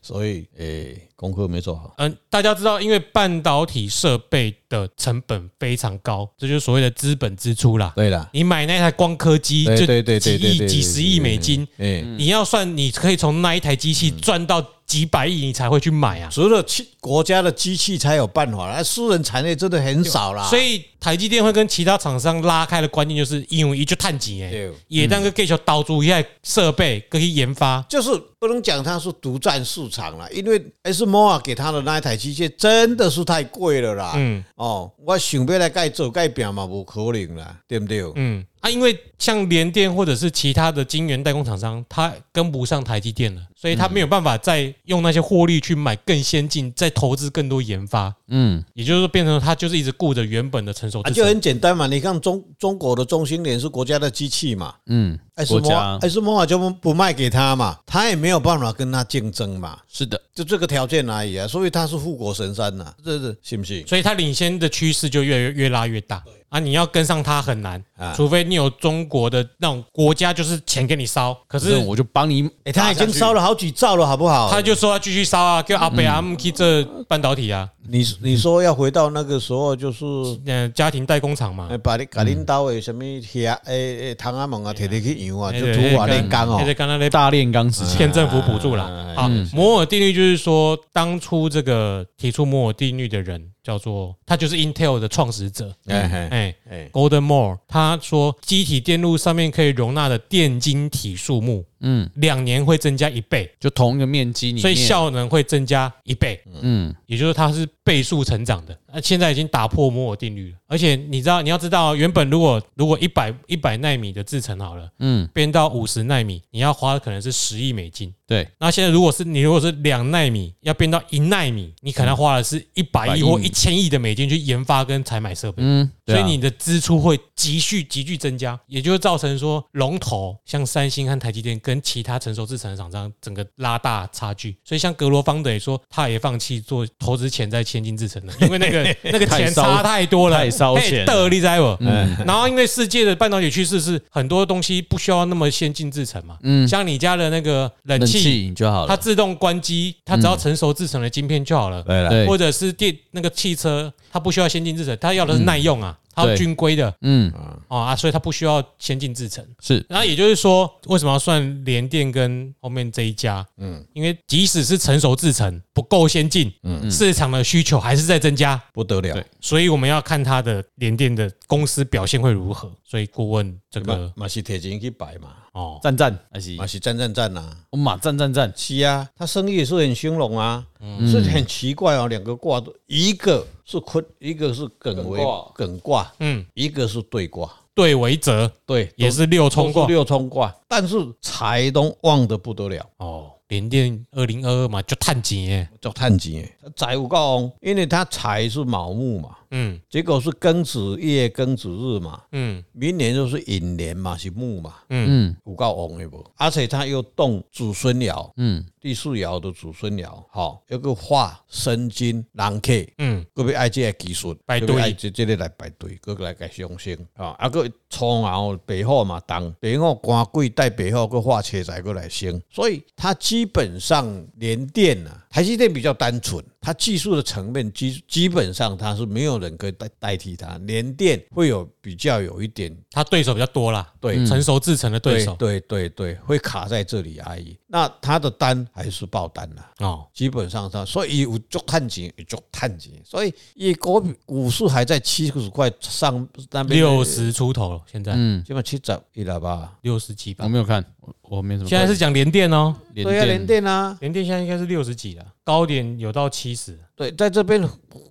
Speaker 3: 所以诶、功课没做好，
Speaker 1: 嗯，大家知道，因为半导体设备的成本非常高，这就是所谓的资本支出啦。
Speaker 3: 对啦，
Speaker 1: 你买那台光刻机
Speaker 3: 对
Speaker 1: 就
Speaker 3: 对对
Speaker 1: 几
Speaker 3: 对对对
Speaker 1: 亿、
Speaker 3: 对嗯
Speaker 1: 几十亿美金，
Speaker 3: 诶、
Speaker 1: 你要算，你可以从那一台机器赚到几百亿，你才会去买啊。
Speaker 3: 除了去国家的机器才有办法啦，私人产业真的很少啦，
Speaker 1: 所以台积电会跟其他厂商拉开的关键就是因为一就探钱诶
Speaker 3: 对，嗯
Speaker 1: 也当个给球导出一下设备，可以研发。
Speaker 3: 就是不能讲它是独占市场了，因为 S m o a 给他的那一台机械真的是太贵了啦。
Speaker 1: 嗯
Speaker 3: 哦，我想要来改做改变嘛，无可能啦，对不对？
Speaker 1: 嗯啊，因为像联电或者是其他的晶圆代工厂商，它跟不上台积电了，所以它没有办法再用那些获利去买更先进，再投资更多研发。
Speaker 2: 嗯，
Speaker 1: 也就是说，变成它就是一直顾着原本的成熟
Speaker 3: 啊，
Speaker 1: 制
Speaker 3: 就
Speaker 1: 程。
Speaker 3: 很简单嘛，你看中中国的中兴联是国家的机器嘛
Speaker 2: 嗯，
Speaker 3: ，S
Speaker 2: 国
Speaker 3: m o
Speaker 2: 家
Speaker 3: a S m o a 就不不卖给他嘛，他也没有办法跟他竞争嘛，
Speaker 2: 是的，
Speaker 3: 就这个条件而已啊，所以他是护国神山呐、这是信不信？
Speaker 1: 所以它领先的趋势就越越越拉越大啊！你要跟上它很难，除非你有中国的那种国家，就是钱给你烧。可
Speaker 2: 这
Speaker 1: 是
Speaker 2: 我就帮你
Speaker 3: 哎、他已经烧了好几兆了，好不好？
Speaker 1: 他就说要继续烧啊，叫阿北阿姆去这半导体啊，
Speaker 3: 你你说要回到那个时候，就是
Speaker 1: 嗯，家庭代工厂嘛
Speaker 3: 哎，，把你把恁兜的什么虾诶诶，糖啊猛啊，摕摕去养啊，就
Speaker 1: 哎对
Speaker 3: 土瓦炼钢哦
Speaker 1: 那。个刚刚那
Speaker 2: 大炼钢时期。
Speaker 1: 骗政府补助啦。
Speaker 2: 嗯
Speaker 1: 啊，摩尔定律就是说，当初这个提出摩尔定律的人叫做他就是 Intel 的创始者，
Speaker 3: 哎哎
Speaker 1: 哎
Speaker 3: 哎，
Speaker 1: ，Golden Moore，他说机体电路上面可以容纳的电晶体数目，
Speaker 2: 嗯，
Speaker 1: 两年会增加一倍，
Speaker 2: 就同一个面积里面，
Speaker 1: 所以效能会增加一倍，
Speaker 2: 嗯
Speaker 1: 也就是它是倍数成长的。那现在已经打破摩尔定律了，而且你知道，你要知道，哦原本如果如果一百一百纳米的制程好了，
Speaker 2: 嗯，
Speaker 1: 变到五十纳米，你要花的可能是十亿美金。
Speaker 2: 对，
Speaker 1: 那现在如果是你如果是两纳米要变到一纳米，你可能花的是一百亿
Speaker 2: 100亿
Speaker 1: 或一千亿的美金去研发跟采买设备。
Speaker 2: 嗯，对
Speaker 1: 所
Speaker 2: 啊
Speaker 1: 以你的支出会急剧急剧增加，也就造成说龙头像三星和台积电跟其他成熟制程的厂商整个拉大差距。所以像格罗方德也说，他也放弃做投资潜在先进制程了， [laughs] 因为那个那个钱
Speaker 2: 太烧
Speaker 1: 差太多了，哎
Speaker 2: 太烧钱了嗯
Speaker 1: 得利在我。然后因为世界的半导体趋势是很多东西不需要那么先进制程嘛，
Speaker 2: 嗯
Speaker 1: 像你家的那个冷
Speaker 2: 冷
Speaker 1: 气，
Speaker 2: 气就好
Speaker 1: 它
Speaker 2: 了，
Speaker 1: 自动关机，它只要成熟制成的晶片就好了。
Speaker 3: 嗯对了，
Speaker 2: 对
Speaker 1: 或，者是电那个汽车，它不需要先进制程，它要的是耐用啊，它要
Speaker 2: 对
Speaker 1: 军规的
Speaker 2: 嗯，
Speaker 1: 哦啊，所以它不需要先进制程。
Speaker 2: 是
Speaker 1: 然后也就是说，为什么要算联电跟后面这一家？嗯，因为即使是成熟制程不够先进，嗯，市场的需求还是在增加，
Speaker 3: 不得了
Speaker 2: 对，
Speaker 1: 所以我们要看它的联电的公司表现会如何。所以顾问这
Speaker 3: 嘛
Speaker 1: 个
Speaker 3: 嘛是铁钱去摆嘛，
Speaker 1: 哦，
Speaker 2: 赞赞，还是
Speaker 3: 嘛是赞赞赞呐。
Speaker 2: 我马赞赞赞，
Speaker 3: 是啊，他生意也是很兴隆啊，是很奇怪哦，两个卦都，一个是坤，一个是艮为艮卦，
Speaker 1: 嗯，
Speaker 3: 一个是兑卦，
Speaker 1: 对为则
Speaker 3: 对，
Speaker 1: 也是六冲
Speaker 3: 都是
Speaker 1: 过
Speaker 3: 六冲卦，但是财都旺得不得了。
Speaker 1: 哦，联电二零二二嘛，就探钱耶。
Speaker 3: 做探钱的，它财有够旺，因为它财是卯木嘛，
Speaker 1: 嗯
Speaker 3: 结果是庚子月、庚子日嘛，
Speaker 1: 嗯
Speaker 3: 明年就是寅年嘛，是木嘛，
Speaker 1: 嗯
Speaker 2: 嗯
Speaker 3: 有够旺的无，啊而且它又动子孙爻，
Speaker 2: 嗯
Speaker 3: 第四爻的子孙爻，吼、又个化生金人客，
Speaker 1: 嗯，
Speaker 3: 佫要爱即个技术，
Speaker 1: 排队
Speaker 3: 佫要爱即即个来排队，佫来甲上升吼，啊佫冲后白虎嘛当，白虎官贵带白虎佫化车财佫来升，所以它基本上联电啊，台积电比较单纯，它技术的层面基基本上它是没有人可以代代替它，联电会有比较有一点
Speaker 1: 他对手比较多啦，
Speaker 3: 对
Speaker 1: 成熟制成的对手
Speaker 3: 对对对，会卡在这里而已。那它的单还是爆单了、
Speaker 1: 哦，
Speaker 3: 基本上它，所以它有足探钱，有足探钱，所以伊股股市还在七十块上那边，
Speaker 1: 六十出头了，现在
Speaker 2: 嗯，
Speaker 3: 基本七十一了吧？
Speaker 1: 六十几吧
Speaker 2: 我。没有看，我我没什么看。
Speaker 1: 现在是讲联电哦，
Speaker 2: 联
Speaker 3: 对啊，联电啊，
Speaker 1: 联电现在应该是六十几了，高点有到七十。
Speaker 3: 对，在这边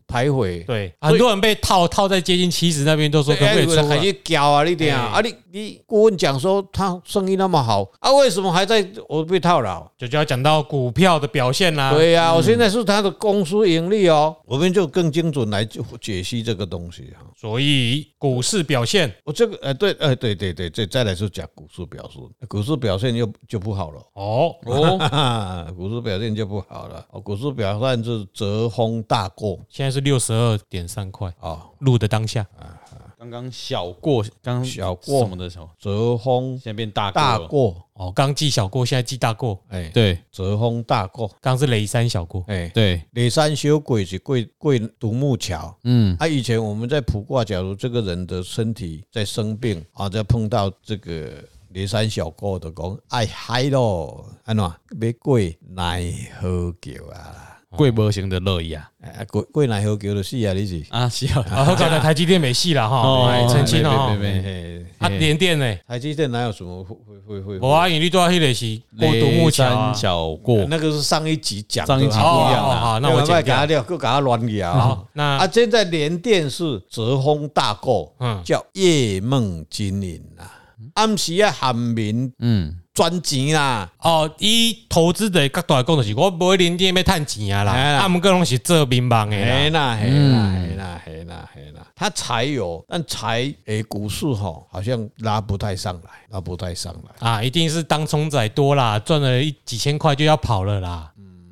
Speaker 3: 徘
Speaker 1: 对，
Speaker 3: 徊。所以
Speaker 1: 很多人被套套在接近七十那边，都说可不可以出
Speaker 3: 还
Speaker 1: 啊？
Speaker 3: 去交啊？你点啊？
Speaker 1: 哎
Speaker 3: 啊你你顾问讲说他生意那么好啊，为什么还在我被套牢？
Speaker 1: 就就要讲到股票的表现啦。
Speaker 3: 对呀、我现在是他的公司盈利哦，啊嗯我们就更精准来解析这个东西啊哈。
Speaker 1: 所以股市表现
Speaker 3: 我这个呃对呃对对对，这再来是讲股市表现，股市表现又就不好了。
Speaker 1: 哦，
Speaker 2: 哦，
Speaker 3: 啊， [laughs] 股市表现就不好了。哦，股市表现是折风大过
Speaker 1: 现在是六十二点三块，
Speaker 3: 啊，
Speaker 1: 录的当下
Speaker 2: 刚刚小过，刚刚
Speaker 3: 小过
Speaker 2: 什么的时候，
Speaker 3: 折风
Speaker 2: 现在变大
Speaker 3: 大
Speaker 2: 了。
Speaker 3: 过，
Speaker 1: 哦，刚记小过，现在记大过，
Speaker 3: 哎，，
Speaker 2: 对
Speaker 3: 折风大过，
Speaker 1: 刚是雷山小过，
Speaker 3: 哎，
Speaker 2: 对，
Speaker 3: 雷山修鬼是贵贵独木桥。
Speaker 2: 嗯
Speaker 3: 啊，以前我们在卜卦，假如这个人的身体在生病啊，在碰到这个雷山小过的讲，哎嗨咯，安怎别贵奈何桥啊，
Speaker 2: 贵波型的乐意啊
Speaker 3: 啊贵贵奈何桥的死啊，你是。
Speaker 2: 啊，是啊，
Speaker 1: 啊，搞的台积电没戏了哈，哎澄清
Speaker 2: 没
Speaker 1: 哦，
Speaker 2: 没没，
Speaker 3: 嘿
Speaker 1: 啊，联电呢？
Speaker 3: 台积电哪有什么会会会
Speaker 1: 我
Speaker 3: 会？
Speaker 1: 啊，引力都要黑雷西过独木桥啊
Speaker 2: [laughs] 雷山，小过，
Speaker 3: 那个是上一集讲的
Speaker 2: 上一集
Speaker 1: 哦
Speaker 2: 不一样
Speaker 1: 哦
Speaker 2: 啊
Speaker 1: 好，那我
Speaker 3: 再
Speaker 1: 剪
Speaker 3: 给他
Speaker 1: 掉。
Speaker 3: 掉，又给他乱聊啊
Speaker 1: 好。，那
Speaker 3: 啊，现在联电是折风大购，
Speaker 1: 嗯
Speaker 3: 叫夜梦金银啊，暗时啊喊民
Speaker 2: 嗯，
Speaker 3: 赚钱啊啦，
Speaker 1: 哦，以投资的角度来讲，就是我不会联电要趁钱啊啦，
Speaker 3: 哎呀
Speaker 1: 啊，我们各拢是做民房的啦嗯
Speaker 3: 嘿。啦嘿啦嘿啦嘿啦嘿啦，它才有，但才诶股市吼好像拉不太上来，拉不太上来。
Speaker 1: 啊，一定是当冲仔多啦，赚了一几千块就要跑了啦。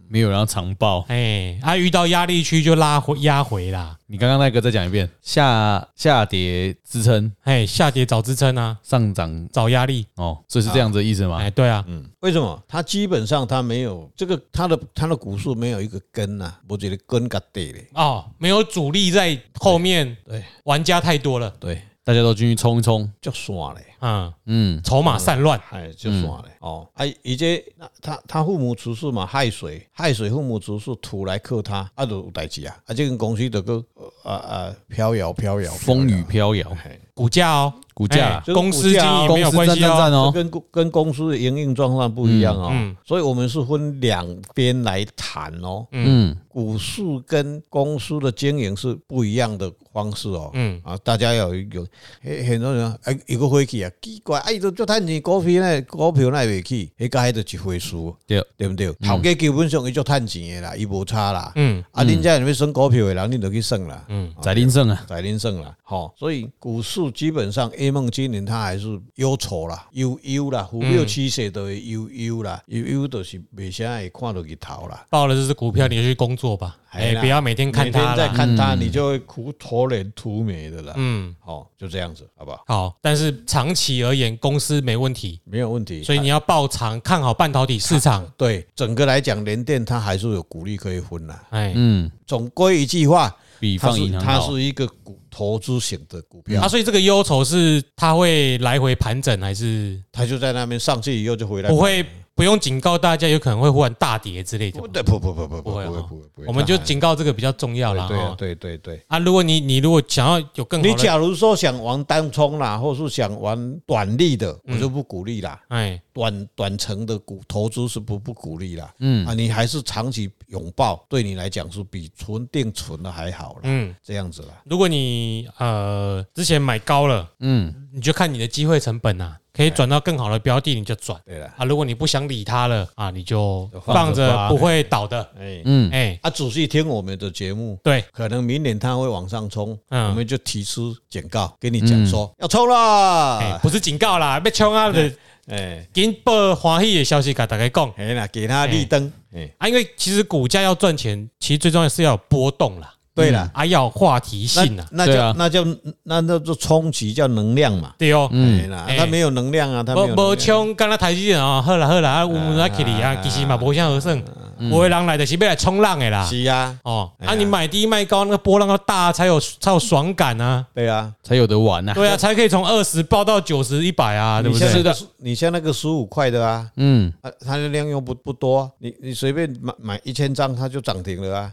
Speaker 2: 没有人要长报。
Speaker 1: 哎，啊，遇到压力区就拉回压回啦。
Speaker 2: 你刚刚那个再讲一遍，下下跌支撑，
Speaker 1: 哎，下跌找支撑啊，
Speaker 2: 上涨
Speaker 1: 找压力。
Speaker 2: 哦，所以是这样子的意思吗？
Speaker 1: 哎，对啊，
Speaker 3: 为什么？它基本上它没有这个，它的它的股数没有一个根呐、我觉得根个对嘞。
Speaker 1: 哦，没有主力在后面，
Speaker 3: 对
Speaker 1: 玩家太多了，
Speaker 3: 对，
Speaker 2: 大家都进去冲一冲，
Speaker 3: 就散嘞，
Speaker 1: 嗯，
Speaker 2: 嗯，
Speaker 1: 筹码散乱，
Speaker 3: 哎，就散嘞。哦，哎，以前那他他父母出事嘛，害水，害水父母出事，土来克他，啊，就有代志啊，啊，这个公司就个啊啊飘摇飘摇，哎
Speaker 2: 风雨飘摇，啊
Speaker 3: 嘿
Speaker 1: 股价哦，
Speaker 2: 股价
Speaker 1: 哎公司经营
Speaker 2: 公
Speaker 1: 没有
Speaker 2: 司
Speaker 1: 关
Speaker 2: 赞
Speaker 1: 系
Speaker 2: 赞
Speaker 1: 哦。
Speaker 2: 赞
Speaker 3: 这
Speaker 2: 哦，
Speaker 3: 跟公跟公司的营运状况不一样哦，
Speaker 1: 嗯
Speaker 3: 所以我们是分两边来谈哦。
Speaker 2: 嗯
Speaker 3: 股市跟公司的经营是不一样的方式哦。
Speaker 1: 嗯
Speaker 3: 啊，大家有有很很多人哎，有个回去啊，奇怪，哎，都做赚钱股票呢，股票那袂去，迄个迄就一回事，
Speaker 2: 对
Speaker 3: 对不对？头家基本上伊做赚钱的啦，伊无差啦。
Speaker 1: 嗯，
Speaker 3: 啊，恁遮里面算股票的人，恁就去算啦。嗯，
Speaker 2: 宰林胜啊，
Speaker 3: 在恁算啦，吼，所以股市基本上 A 梦今年它还是忧愁啦，悠悠啦，虎六七岁都会悠悠啦，悠悠就是袂啥会看到日头啦。
Speaker 1: 报了这只股票，你就去工作吧，
Speaker 3: 哎
Speaker 1: 哎，
Speaker 3: 啦
Speaker 1: 不要每天看
Speaker 3: 每
Speaker 1: 它
Speaker 3: 天在
Speaker 1: 啦。
Speaker 3: 看它，你就会苦头脸涂眉的啦。
Speaker 1: 嗯，
Speaker 3: 好，就这样子，好不好？
Speaker 1: 好，但是长期而言，公司没问题，
Speaker 3: 没有问题。
Speaker 1: 所以你要抱长，看好半导体市
Speaker 3: [laughs]
Speaker 1: 场。
Speaker 3: 对整个来讲，联电它还是有股利可以分啦。
Speaker 1: 哎，
Speaker 2: 嗯，
Speaker 3: 总归一句话，
Speaker 2: 比
Speaker 3: 它
Speaker 2: 放
Speaker 3: 是
Speaker 2: 银行
Speaker 3: 它
Speaker 2: 好，
Speaker 3: 是一个股投资型的股
Speaker 1: 啊，
Speaker 3: 票，
Speaker 1: 所以这个忧愁是它会来回盘整，还是
Speaker 3: 它就在那边上去以后就回来。
Speaker 1: 不会不用警告大家，有可能会忽然大跌之类的
Speaker 3: 不
Speaker 1: 吗？
Speaker 3: 对，不不不不
Speaker 1: 不
Speaker 3: 不
Speaker 1: 会
Speaker 3: 不
Speaker 1: 哦
Speaker 3: 会不会不会，
Speaker 1: 我们就
Speaker 3: 它还
Speaker 1: 警告这个比较重要啦。
Speaker 3: 对
Speaker 1: 哈
Speaker 3: 啊对对对。
Speaker 1: 啊，如果你你如果想要有更
Speaker 3: 你
Speaker 1: 好的，
Speaker 3: 假如说想玩单冲啦，或是想玩短利的，我就不鼓励啦。
Speaker 1: 哎，
Speaker 3: 短短程的股投资是不不鼓励啦。
Speaker 2: 嗯
Speaker 3: 啊，你还是长期拥抱，对你来讲是比存定存的还好啦。
Speaker 1: 嗯，
Speaker 3: 这样子啦，
Speaker 1: 如果你呃之前买高了，
Speaker 2: 嗯，
Speaker 1: 你就看你的机会成本啊，
Speaker 3: 哎
Speaker 1: 可以转到更好的标的你就转
Speaker 3: 对了，
Speaker 1: 啊，如果你不想理它了啊，你就
Speaker 3: 就放着
Speaker 1: 放着
Speaker 3: 吧
Speaker 1: 不会倒的，
Speaker 3: 哎，
Speaker 2: 嗯，
Speaker 1: 哎，
Speaker 3: 啊，仔细听我们的节目，
Speaker 1: 对，
Speaker 3: 可能明年它会往上冲，
Speaker 1: 嗯
Speaker 3: 我们就提出警告，跟你讲说要冲了，
Speaker 1: 哎，不是警告啦，被冲啊的，
Speaker 3: 哎，
Speaker 1: 紧报欢喜的消息给大家讲
Speaker 3: 哎啦，给他绿灯，哎，
Speaker 1: 啊，因为其实股价要赚钱，其实最重要是要有波动啦，
Speaker 3: 对了，
Speaker 1: 啊，要有话题
Speaker 3: 那
Speaker 1: 性啊，
Speaker 3: 那
Speaker 2: 对
Speaker 3: 叫
Speaker 2: 啊
Speaker 3: 那叫那那就充其叫能量嘛，
Speaker 1: 对哦，
Speaker 2: 嗯
Speaker 3: 哎啦，
Speaker 1: 哎
Speaker 3: 它没有能量啊，它没
Speaker 1: 无
Speaker 3: 有能
Speaker 1: 无
Speaker 3: 量，
Speaker 1: 冲，敢若台积电哦，好啦好啦，啊，稳稳啊起哩啊，其实嘛无啥好算，有的人来就是要来冲浪的啦，
Speaker 3: 嗯是啊，
Speaker 1: 哦，
Speaker 3: 哎
Speaker 1: 啊
Speaker 3: 呀
Speaker 1: 你买低卖高，那个波浪要大才有才有爽感啊，
Speaker 3: 对啊，
Speaker 2: 才有得玩呐。
Speaker 1: 对
Speaker 3: [laughs]
Speaker 1: 啊，才可以从二十爆到九十一百啊，对
Speaker 3: 你
Speaker 1: 不
Speaker 3: 像
Speaker 1: 对？
Speaker 3: 那个，你像那个十五块的啊，
Speaker 2: 嗯，
Speaker 3: 啊，它的量又不不多啊，你你随便买买一千张，它就涨停了啊，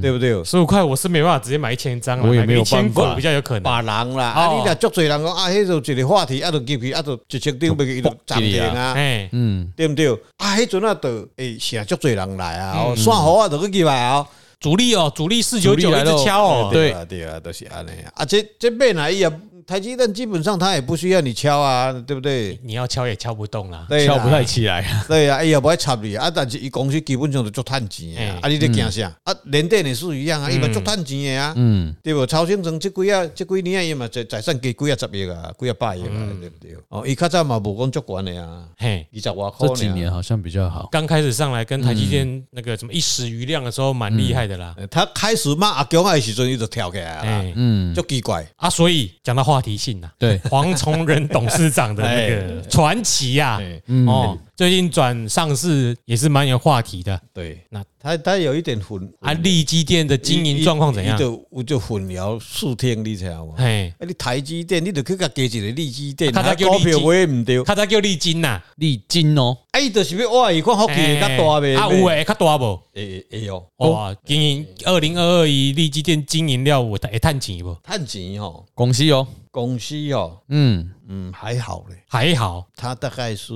Speaker 3: 对不对？
Speaker 1: 十五块我是没办法直接买一千张啊，
Speaker 2: 我也
Speaker 1: 买个
Speaker 2: 没有
Speaker 1: 一千
Speaker 2: 办法
Speaker 1: 股比较有可能。
Speaker 3: 把人啦，
Speaker 1: 哦
Speaker 3: 啊，你若足多人讲啊，迄就一个话题，啊，就入去，啊，就一千张被伊就涨停啊，
Speaker 1: 哎，
Speaker 2: 嗯，
Speaker 3: 对不对？啊，迄阵啊，就诶，成足多人来啊，哦，算好啊，就去入来哦。
Speaker 1: 主力哦，主力四九九
Speaker 2: 主力
Speaker 1: 一
Speaker 2: 来
Speaker 1: 直
Speaker 2: 咯
Speaker 1: 敲哦，
Speaker 3: 啊，对啊，都是安尼啊。啊，这这边来伊也台积电基本上它也不需要你敲啊，对不对？
Speaker 1: 你要敲也敲不动啦。
Speaker 3: 对啦
Speaker 2: 跳不太起
Speaker 3: [laughs]
Speaker 2: 来。
Speaker 3: 对啊，伊也不爱插你啊，但是伊公司基本上就足趁钱啊
Speaker 1: 哎，嗯
Speaker 3: 啊，你咧惊啥？啊，联电也是一样啊，伊嘛足趁钱的啊。
Speaker 2: 嗯，
Speaker 3: 对无？曹先生即几啊，即几年啊，伊嘛财财产加几啊十亿啊，几啊百亿啊，
Speaker 1: 嗯
Speaker 3: 对不对？哦，伊较早嘛无讲足悬的啊，
Speaker 1: 嘿，
Speaker 3: 二十外箍
Speaker 2: 这
Speaker 3: 呢
Speaker 2: 几年，好像比较好。
Speaker 1: 刚开始上来跟台积电那个什么一时余量的时候，蛮厉害的啦。
Speaker 3: 呃他开始骂阿强的时阵，伊就跳起来啊，
Speaker 1: 哎，
Speaker 2: 嗯，
Speaker 3: 足奇怪。
Speaker 1: 啊，所以讲到话题性呐、
Speaker 2: 对，
Speaker 1: 黄崇仁董事长的那个传奇呀、
Speaker 3: 哎，
Speaker 1: 哦，最近转上市也是蛮有话题的。
Speaker 3: 对，
Speaker 1: 那
Speaker 3: 他他有一点混
Speaker 1: 啊，利基店的经营状况怎样
Speaker 3: 伊？就我就混淆视听，你知道吗？
Speaker 1: 嘿，
Speaker 3: 啊，你台积电，你就去甲加一个利基电，
Speaker 1: 啊他才
Speaker 3: 啊
Speaker 1: 叫利
Speaker 3: 股
Speaker 1: 基
Speaker 3: 票买唔对，
Speaker 1: 他才叫利金呐、
Speaker 2: 利金哦，
Speaker 3: 啊，伊就是要哇，伊看福气较大
Speaker 1: 哎
Speaker 3: 呗。
Speaker 1: 啊，有诶，较大无？
Speaker 3: 会会会哦，
Speaker 1: 哇，经营二零二二一利基店经营了，我会趁钱无？
Speaker 3: 趁钱吼，
Speaker 2: 恭喜哦。
Speaker 3: 公司哦，
Speaker 2: 嗯，
Speaker 3: 嗯，还好嘞。
Speaker 1: 还好，
Speaker 3: 它大概是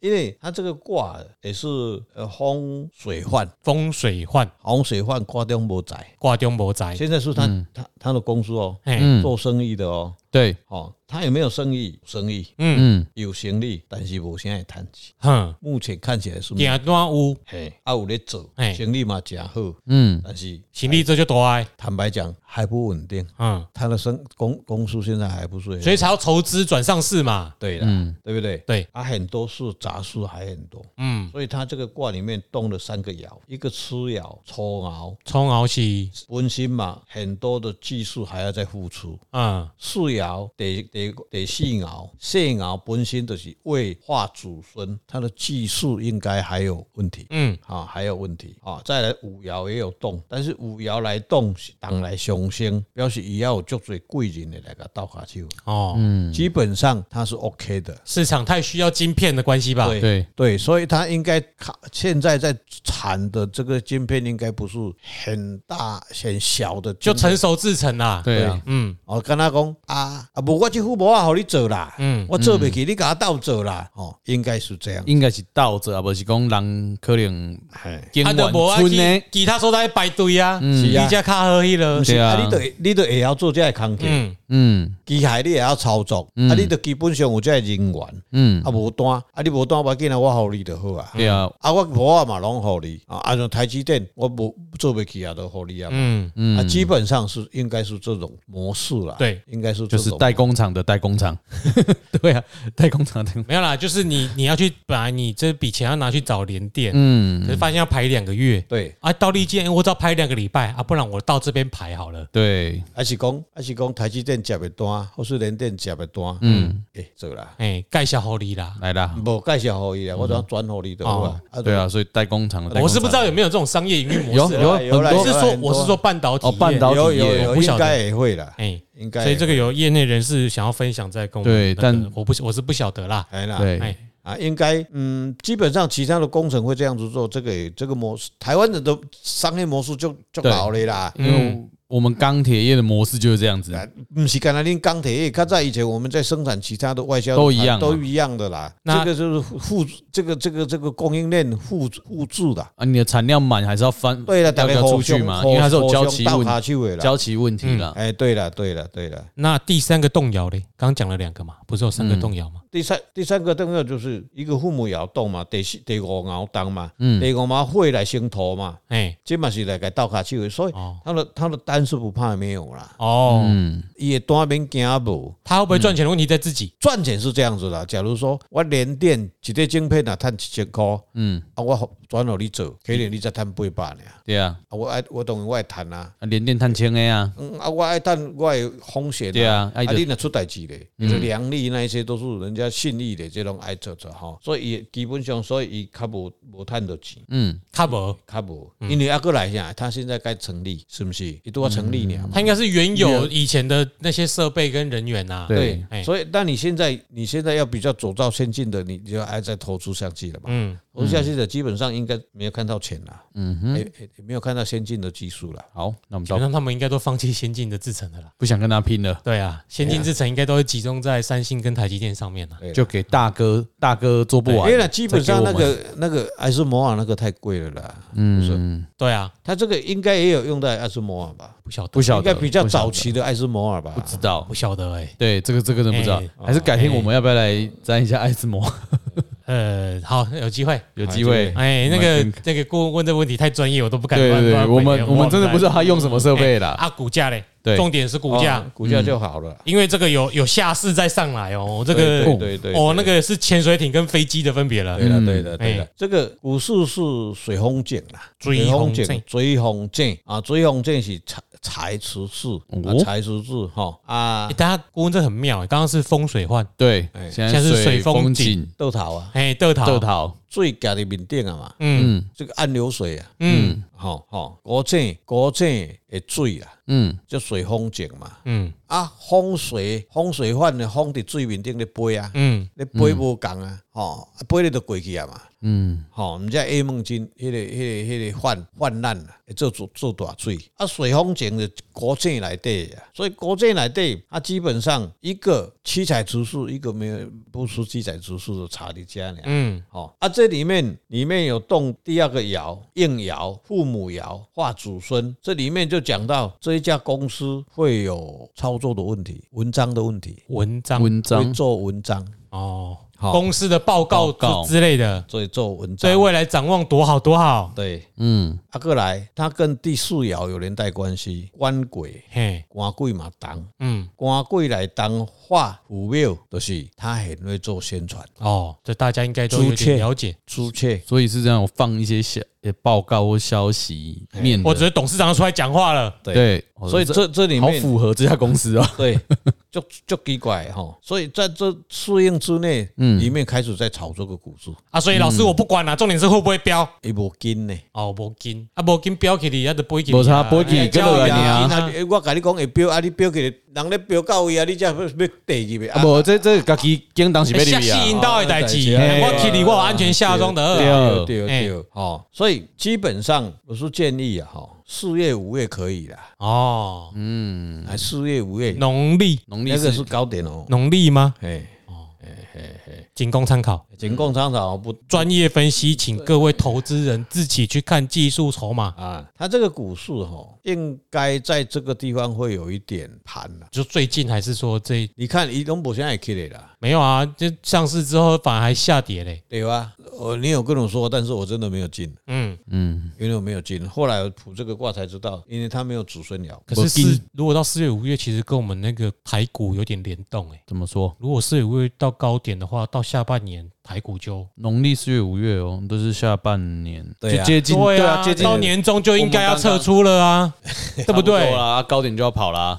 Speaker 3: 因为它这个卦也是呃风水患，
Speaker 1: 风水患
Speaker 3: 风水患卦中无在。
Speaker 1: 挂中无灾。
Speaker 3: 现在是他
Speaker 1: 嗯
Speaker 3: 他他的公司哦，
Speaker 1: 嘿，
Speaker 2: 嗯
Speaker 3: 做生意的哦，
Speaker 2: 对，
Speaker 3: 哦，他有没有生意？有生意
Speaker 1: 嗯
Speaker 2: 嗯，
Speaker 3: 有生意，但是无现在谈起，
Speaker 1: 哼，
Speaker 3: 目前看起来是没有，
Speaker 1: 行段有
Speaker 3: 嘿，啊有咧做
Speaker 1: 嘿，
Speaker 3: 生意嘛真好，
Speaker 2: 嗯，
Speaker 3: 但是
Speaker 1: 行李这就大诶，
Speaker 3: 坦白讲还不稳定，
Speaker 1: 嗯，
Speaker 3: 他的生公公司现在还不是，
Speaker 1: 所以才要筹资转上市嘛。
Speaker 3: 对了，对不对？
Speaker 1: 对，
Speaker 3: 啊，很多事杂事还很多，
Speaker 1: 嗯，
Speaker 3: 所以他这个卦里面动了三个爻，一个吃爻、抽爻，
Speaker 1: 冲熬是，
Speaker 3: 温馨嘛，很多的技术还要再付出。
Speaker 1: 嗯，
Speaker 3: 四爻、第第第四爻、四爻本身就是为化祖孙，他的技术应该还有问题。
Speaker 1: 嗯，
Speaker 3: 啊，还有问题啊！再来五爻也有动，但是五爻来动，当来上升，表示也要有足多贵人的来个倒下手。
Speaker 1: 哦，
Speaker 2: 嗯
Speaker 3: 基本上它是 OK 的，
Speaker 1: 市场太需要晶片的关系吧？
Speaker 2: 对，
Speaker 3: 对，所以它应该看现在在产的这个晶片应该不是很大很小的晶
Speaker 1: 就
Speaker 3: 片，
Speaker 1: 成熟制成啦。
Speaker 2: 对啊，
Speaker 1: 嗯，
Speaker 3: 哦，跟他讲啊啊，无我这副无啊，互你做啦，嗯，我做袂起，你给他倒做啦，哦，应该是这样，
Speaker 2: 应该是倒着啊，不是讲人可能
Speaker 3: 哎，
Speaker 2: 监
Speaker 1: 啊，
Speaker 2: 管
Speaker 1: 就无啊，
Speaker 2: 村呢
Speaker 1: 其。其他所在排队啊，
Speaker 2: 嗯
Speaker 1: 你家卡好迄
Speaker 3: 不
Speaker 1: 了，
Speaker 3: 是
Speaker 2: 对啊
Speaker 3: 啊，你都会你都会晓做这个工作，
Speaker 1: 嗯，
Speaker 2: 嗯
Speaker 3: 机械你也要操作，啊，你都基本上有这个人员，
Speaker 2: 嗯
Speaker 3: 啊，，无单，啊，你无单，无要紧啊，我互你就好啊。
Speaker 2: 对啊，
Speaker 3: 啊，我无啊嘛拢互你啊，啊，像台积电我无做袂起啊，都互你啊嘛。
Speaker 1: 嗯，
Speaker 3: 啊，基本上是应该是这种模式啦，
Speaker 1: 对，
Speaker 3: 应该是这
Speaker 2: 就是
Speaker 3: 种
Speaker 2: 代工厂的代工厂。 [laughs] 对啊，代工厂的代工。
Speaker 1: 没有啦，就是你你要去，本来你这笔钱要拿去找连电，
Speaker 2: 嗯，
Speaker 1: 可是发现要排两个月，
Speaker 3: 对，
Speaker 1: 啊，到利剑我只要排两个礼拜啊，不然我到这边排好了，
Speaker 2: 对，
Speaker 3: 还是讲还是讲台积电接的单，或是联电接的单，嗯，诶，做啦，
Speaker 1: 哎，盖小狐狸啦，
Speaker 2: 来啦。
Speaker 3: 无介绍互伊
Speaker 1: 嗯
Speaker 3: 啦，我怎转互你的好
Speaker 1: 哦
Speaker 3: 啊？啊
Speaker 2: 对，啊，所以代工厂的代工厂。
Speaker 1: 我是不知道有没有这种商业营运模式啊，
Speaker 2: 有
Speaker 3: 啦有啦
Speaker 2: 很
Speaker 1: 我
Speaker 2: 多
Speaker 1: 是
Speaker 3: 有啦
Speaker 1: 说
Speaker 3: 很多
Speaker 1: 我是说半导体
Speaker 2: 哦半导体
Speaker 3: 有
Speaker 2: 有
Speaker 3: 有
Speaker 2: 有
Speaker 1: 我
Speaker 3: 有，
Speaker 1: 不
Speaker 3: 应
Speaker 1: 晓
Speaker 3: 该
Speaker 1: 得，
Speaker 3: 也会啦，
Speaker 1: 哎，
Speaker 3: 应该也
Speaker 1: 所
Speaker 3: 会，
Speaker 1: 以这个有业内人士想要分享在跟我们那
Speaker 2: 对
Speaker 1: 个
Speaker 2: 但
Speaker 1: 我不是我是不晓得啦，
Speaker 3: 哎啦，
Speaker 2: 对
Speaker 1: 哎，
Speaker 3: 啊，应该嗯，基本上其他的工程会这样子做，这个也这个模式，台湾的都商业模式就就
Speaker 2: 对
Speaker 3: 老了啦，
Speaker 2: 因为嗯我们钢铁业的模式就是这样子，
Speaker 3: 呃不是干那令钢铁业，它在以前我们在生产其他的外销
Speaker 2: 都一样啊
Speaker 3: 都一样的啦。
Speaker 1: 那
Speaker 3: 这个就是互这个这个这个供应链互互助的。
Speaker 2: 啊，你的产量满还是要翻，
Speaker 3: 对了，大
Speaker 2: 要
Speaker 3: 家
Speaker 2: 要出去嘛，因为它是有交期
Speaker 3: 到
Speaker 2: 问
Speaker 3: 他去尾了。
Speaker 2: 交期问题啦。
Speaker 3: 哎，对了，对了，对了。
Speaker 1: 那第三个动摇嘞，刚刚讲了两个嘛，不是有三
Speaker 2: 嗯
Speaker 1: 个动摇嘛？
Speaker 3: 第三第三个重要就是一个父母也要动嘛，第四第五熬当嘛，
Speaker 2: 嗯
Speaker 3: 第五嘛会来先投嘛，
Speaker 1: 哎，
Speaker 3: 这嘛是来给倒卡去尾，所以
Speaker 1: 哦
Speaker 3: 他的他的单是不怕没有啦，
Speaker 1: 哦，
Speaker 2: 嗯，
Speaker 3: 也单免惊无。
Speaker 1: 他会不会赚钱的问题在自己。
Speaker 3: 赚钱是这样子的，啊假如说我联电一个晶片啊，赚一千块，
Speaker 2: 嗯
Speaker 3: 嗯，啊，我转互你做，可能你才赚八百呢。
Speaker 2: 对啊，
Speaker 3: 啊，我爱我当然我爱赚啊，
Speaker 2: 啊连电碳纤 A 啊，
Speaker 3: 嗯啊，我爱赚我的风险、
Speaker 2: 对啊啊
Speaker 3: 啊，
Speaker 2: 你就嗯
Speaker 3: 你若出代志咧，你的良率那一些都是人家信誉的，这种爱做做吼，所以伊基本上，所以伊较无无赚到钱。
Speaker 2: 嗯，
Speaker 1: 他不，
Speaker 3: 较无，因为阿哥来啥，他现在该成立，是不是？
Speaker 2: 嗯
Speaker 3: 伊都要成立了嘛。
Speaker 1: 他应该是原有以前的那些设备跟人员呐、
Speaker 2: 对
Speaker 1: 哎
Speaker 3: 所以那你现在你现在要比较走到先进的，你就还在投资上去了嘛？
Speaker 1: 嗯，
Speaker 3: 投资下去的基本上应该没有看到钱啦，嗯哼，也也没有看到先进的技术啦。
Speaker 2: 好，那我们
Speaker 1: 好
Speaker 2: 到
Speaker 3: 啊
Speaker 1: 像他们应该都放弃先进的制程的啦。
Speaker 2: 不想跟他拼了，
Speaker 1: 对啊，先进制程应该都会集中在三星跟台积电上面啊了。
Speaker 3: 对
Speaker 2: 就给大哥，大哥做不
Speaker 3: 因
Speaker 2: 完
Speaker 3: 为，呢，基本上那
Speaker 2: 再给
Speaker 3: 个那个艾斯摩尔那个太贵了啦，嗯，
Speaker 1: 对啊，
Speaker 3: 他这个应该也有用到艾斯摩尔吧？
Speaker 1: 不晓得，
Speaker 2: 不晓
Speaker 3: 应
Speaker 2: 得，
Speaker 3: 该比较
Speaker 2: 不晓得
Speaker 3: 早，期的艾斯摩尔吧
Speaker 2: 不？知道
Speaker 1: 不。晓得哎、
Speaker 2: 对，这个这个真不知道
Speaker 1: 哎，
Speaker 2: 还是
Speaker 3: 哦
Speaker 2: 改天我们要不要来沾一
Speaker 3: 哎
Speaker 2: 下爱斯摩？
Speaker 1: 呃，好，有机会。
Speaker 2: 有机会。
Speaker 1: 哎，那
Speaker 2: 我
Speaker 1: 个
Speaker 2: 们
Speaker 1: 那个顾问问这个问题太专业，我都不敢
Speaker 2: 对
Speaker 1: 乱
Speaker 2: 嗯对对，
Speaker 1: 乱
Speaker 2: 我
Speaker 1: 回
Speaker 2: 们我们真的不知道他用什么设
Speaker 1: 忘了
Speaker 2: 备
Speaker 1: 哎
Speaker 2: 啦。
Speaker 1: 啊，股价嘞，
Speaker 2: 对
Speaker 1: 重点是股价
Speaker 3: 哦，股价就好
Speaker 2: 嗯
Speaker 3: 了。
Speaker 1: 因为这个有有下市再上来哦，这
Speaker 3: 对对
Speaker 1: 个
Speaker 3: 对对，
Speaker 1: 哦，
Speaker 3: 对
Speaker 1: 那个是潜水艇跟飞机的分别了
Speaker 3: 对，了，
Speaker 2: 嗯
Speaker 3: 对了，对了
Speaker 1: 哎，
Speaker 3: 这个股市是水风景啦，
Speaker 1: 水风景
Speaker 3: 水风景啊，水风景是财财池市啊
Speaker 2: 哦，
Speaker 3: 财池市哈啊
Speaker 1: 哎，大家顾问这很妙哎，刚刚是风水患，
Speaker 2: 对，
Speaker 3: 哎
Speaker 2: 现
Speaker 1: 现在是水
Speaker 2: 水
Speaker 1: 风
Speaker 2: 风
Speaker 1: 景
Speaker 2: 景
Speaker 3: 豆头啊，
Speaker 1: 哎，豆桃
Speaker 2: 豆，桃，
Speaker 3: 水加伫面顶啊嘛，
Speaker 1: 嗯
Speaker 2: 嗯
Speaker 3: 这个暗流水啊，
Speaker 1: 嗯
Speaker 3: 吼吼，古井古井的水啦，
Speaker 2: 嗯
Speaker 3: 叫水风景嘛，
Speaker 1: 嗯
Speaker 3: 啊，风水风水患的风伫水面顶咧飞啊，
Speaker 1: 嗯，
Speaker 3: 咧飞无共啊，吼，啊飞咧就过去啊嘛。
Speaker 2: 嗯，
Speaker 3: 吼、毋只黑梦金，迄、个、迄、个、迄、个泛泛滥啊，会做做做大水。啊，水风情是国际内底啊，所以国际内底啊，基本上一个七彩指数，一个没有不出七彩指数的差伫遮呢。
Speaker 1: 嗯，
Speaker 3: 哦，啊，这里面里面有动第二个爻，应爻、父母爻、化祖孙，这里面就讲到这一家公司会有操作的问题、文章的问题，
Speaker 1: 文章
Speaker 2: 文
Speaker 3: 会
Speaker 2: 章
Speaker 3: 做文章，
Speaker 1: 哦，
Speaker 3: 好
Speaker 1: 公司的报告
Speaker 2: 报告
Speaker 1: 之之类的，
Speaker 3: 所以做文
Speaker 1: 所以
Speaker 3: 章，
Speaker 1: 未来展望多好多好，
Speaker 3: 对。
Speaker 2: 嗯
Speaker 3: 啊，过来，它跟第四爻有连带关系，官鬼、
Speaker 1: 嘿，
Speaker 3: 官鬼嘛当，
Speaker 1: 嗯，
Speaker 3: 官鬼来当化虎庙，就是他很会做宣传，
Speaker 1: 哦，这大家应该都有
Speaker 3: 朱雀
Speaker 1: 点了解，
Speaker 3: 朱雀
Speaker 2: 所以是这样，我放一些小呃报告或消息
Speaker 3: 哎
Speaker 2: 面的，
Speaker 1: 我只是董事长出来讲话了，
Speaker 3: 对，
Speaker 2: 对，
Speaker 3: 所以这这里
Speaker 2: 哦好
Speaker 3: 面
Speaker 2: 符合这家公司哦。
Speaker 3: 对，就就奇怪哈，所以在这适应之内，里面开始在炒这个股市，
Speaker 1: 啊，所以老
Speaker 2: 嗯
Speaker 1: 师我不管了，重点是会不会飙。
Speaker 3: 一波金呢。
Speaker 1: 哦，无金啊，无金标起你，啊，就飞起。
Speaker 2: 没差飞起跟落来
Speaker 1: 你
Speaker 2: 尔
Speaker 1: 啊
Speaker 3: 啊，我甲你讲会标啊，你标起来，人咧标到位啊，你才要要地入去
Speaker 2: 啊，
Speaker 3: 啊。
Speaker 2: 无这这家己经当时
Speaker 1: 交易啊，
Speaker 2: 要
Speaker 1: 下
Speaker 2: 入
Speaker 1: 吸引
Speaker 2: 啊，
Speaker 1: 到的代志，
Speaker 3: 哦
Speaker 1: 哎
Speaker 2: 对
Speaker 1: 我起你，我有安全下装的呃
Speaker 2: 对
Speaker 1: 二。
Speaker 2: 啊
Speaker 3: 对对对，哦，所以基本上我是建议啊，哈，四月五月可以啦，
Speaker 1: 哦，
Speaker 2: 嗯，
Speaker 3: 啊，四月五月
Speaker 1: 农历
Speaker 2: 农历
Speaker 3: 那个
Speaker 2: 是
Speaker 3: 是高点哦，
Speaker 1: 农历吗？
Speaker 3: 哎，
Speaker 1: 仅供参考。
Speaker 3: 仅供参考不
Speaker 1: 专业分析，请各位投资人自己去看技术筹码，
Speaker 3: 啊，它这个股市哈，应该在这个地方会有一点盘了。
Speaker 1: 就最近还是说这
Speaker 3: 你看，移动博现在也起来了，
Speaker 1: 没有啊？就上市之后反而还下跌嘞。
Speaker 3: 对吧？呃，你有跟我说，但是我真的没有进，
Speaker 1: 嗯，
Speaker 2: 嗯，
Speaker 3: 因为我没有进。后来我卜这个卦才知道，因为它没有子孙爻。
Speaker 1: 可是
Speaker 2: 没
Speaker 1: 四
Speaker 2: 金
Speaker 1: 如果到四月五月，其实跟我们那个台股有点联动哎、
Speaker 2: 怎么说？
Speaker 1: 如果四月五月到高点的话，到下半年台股就
Speaker 2: 农历四月五月哦，都是下半年，
Speaker 3: 对啊
Speaker 2: 就接近
Speaker 1: 对啊，
Speaker 2: 接近
Speaker 1: 到年终就应该要撤出了啊，对
Speaker 2: 差
Speaker 1: 不
Speaker 2: 多啊
Speaker 1: 对？
Speaker 2: 啦，高点就要跑啦。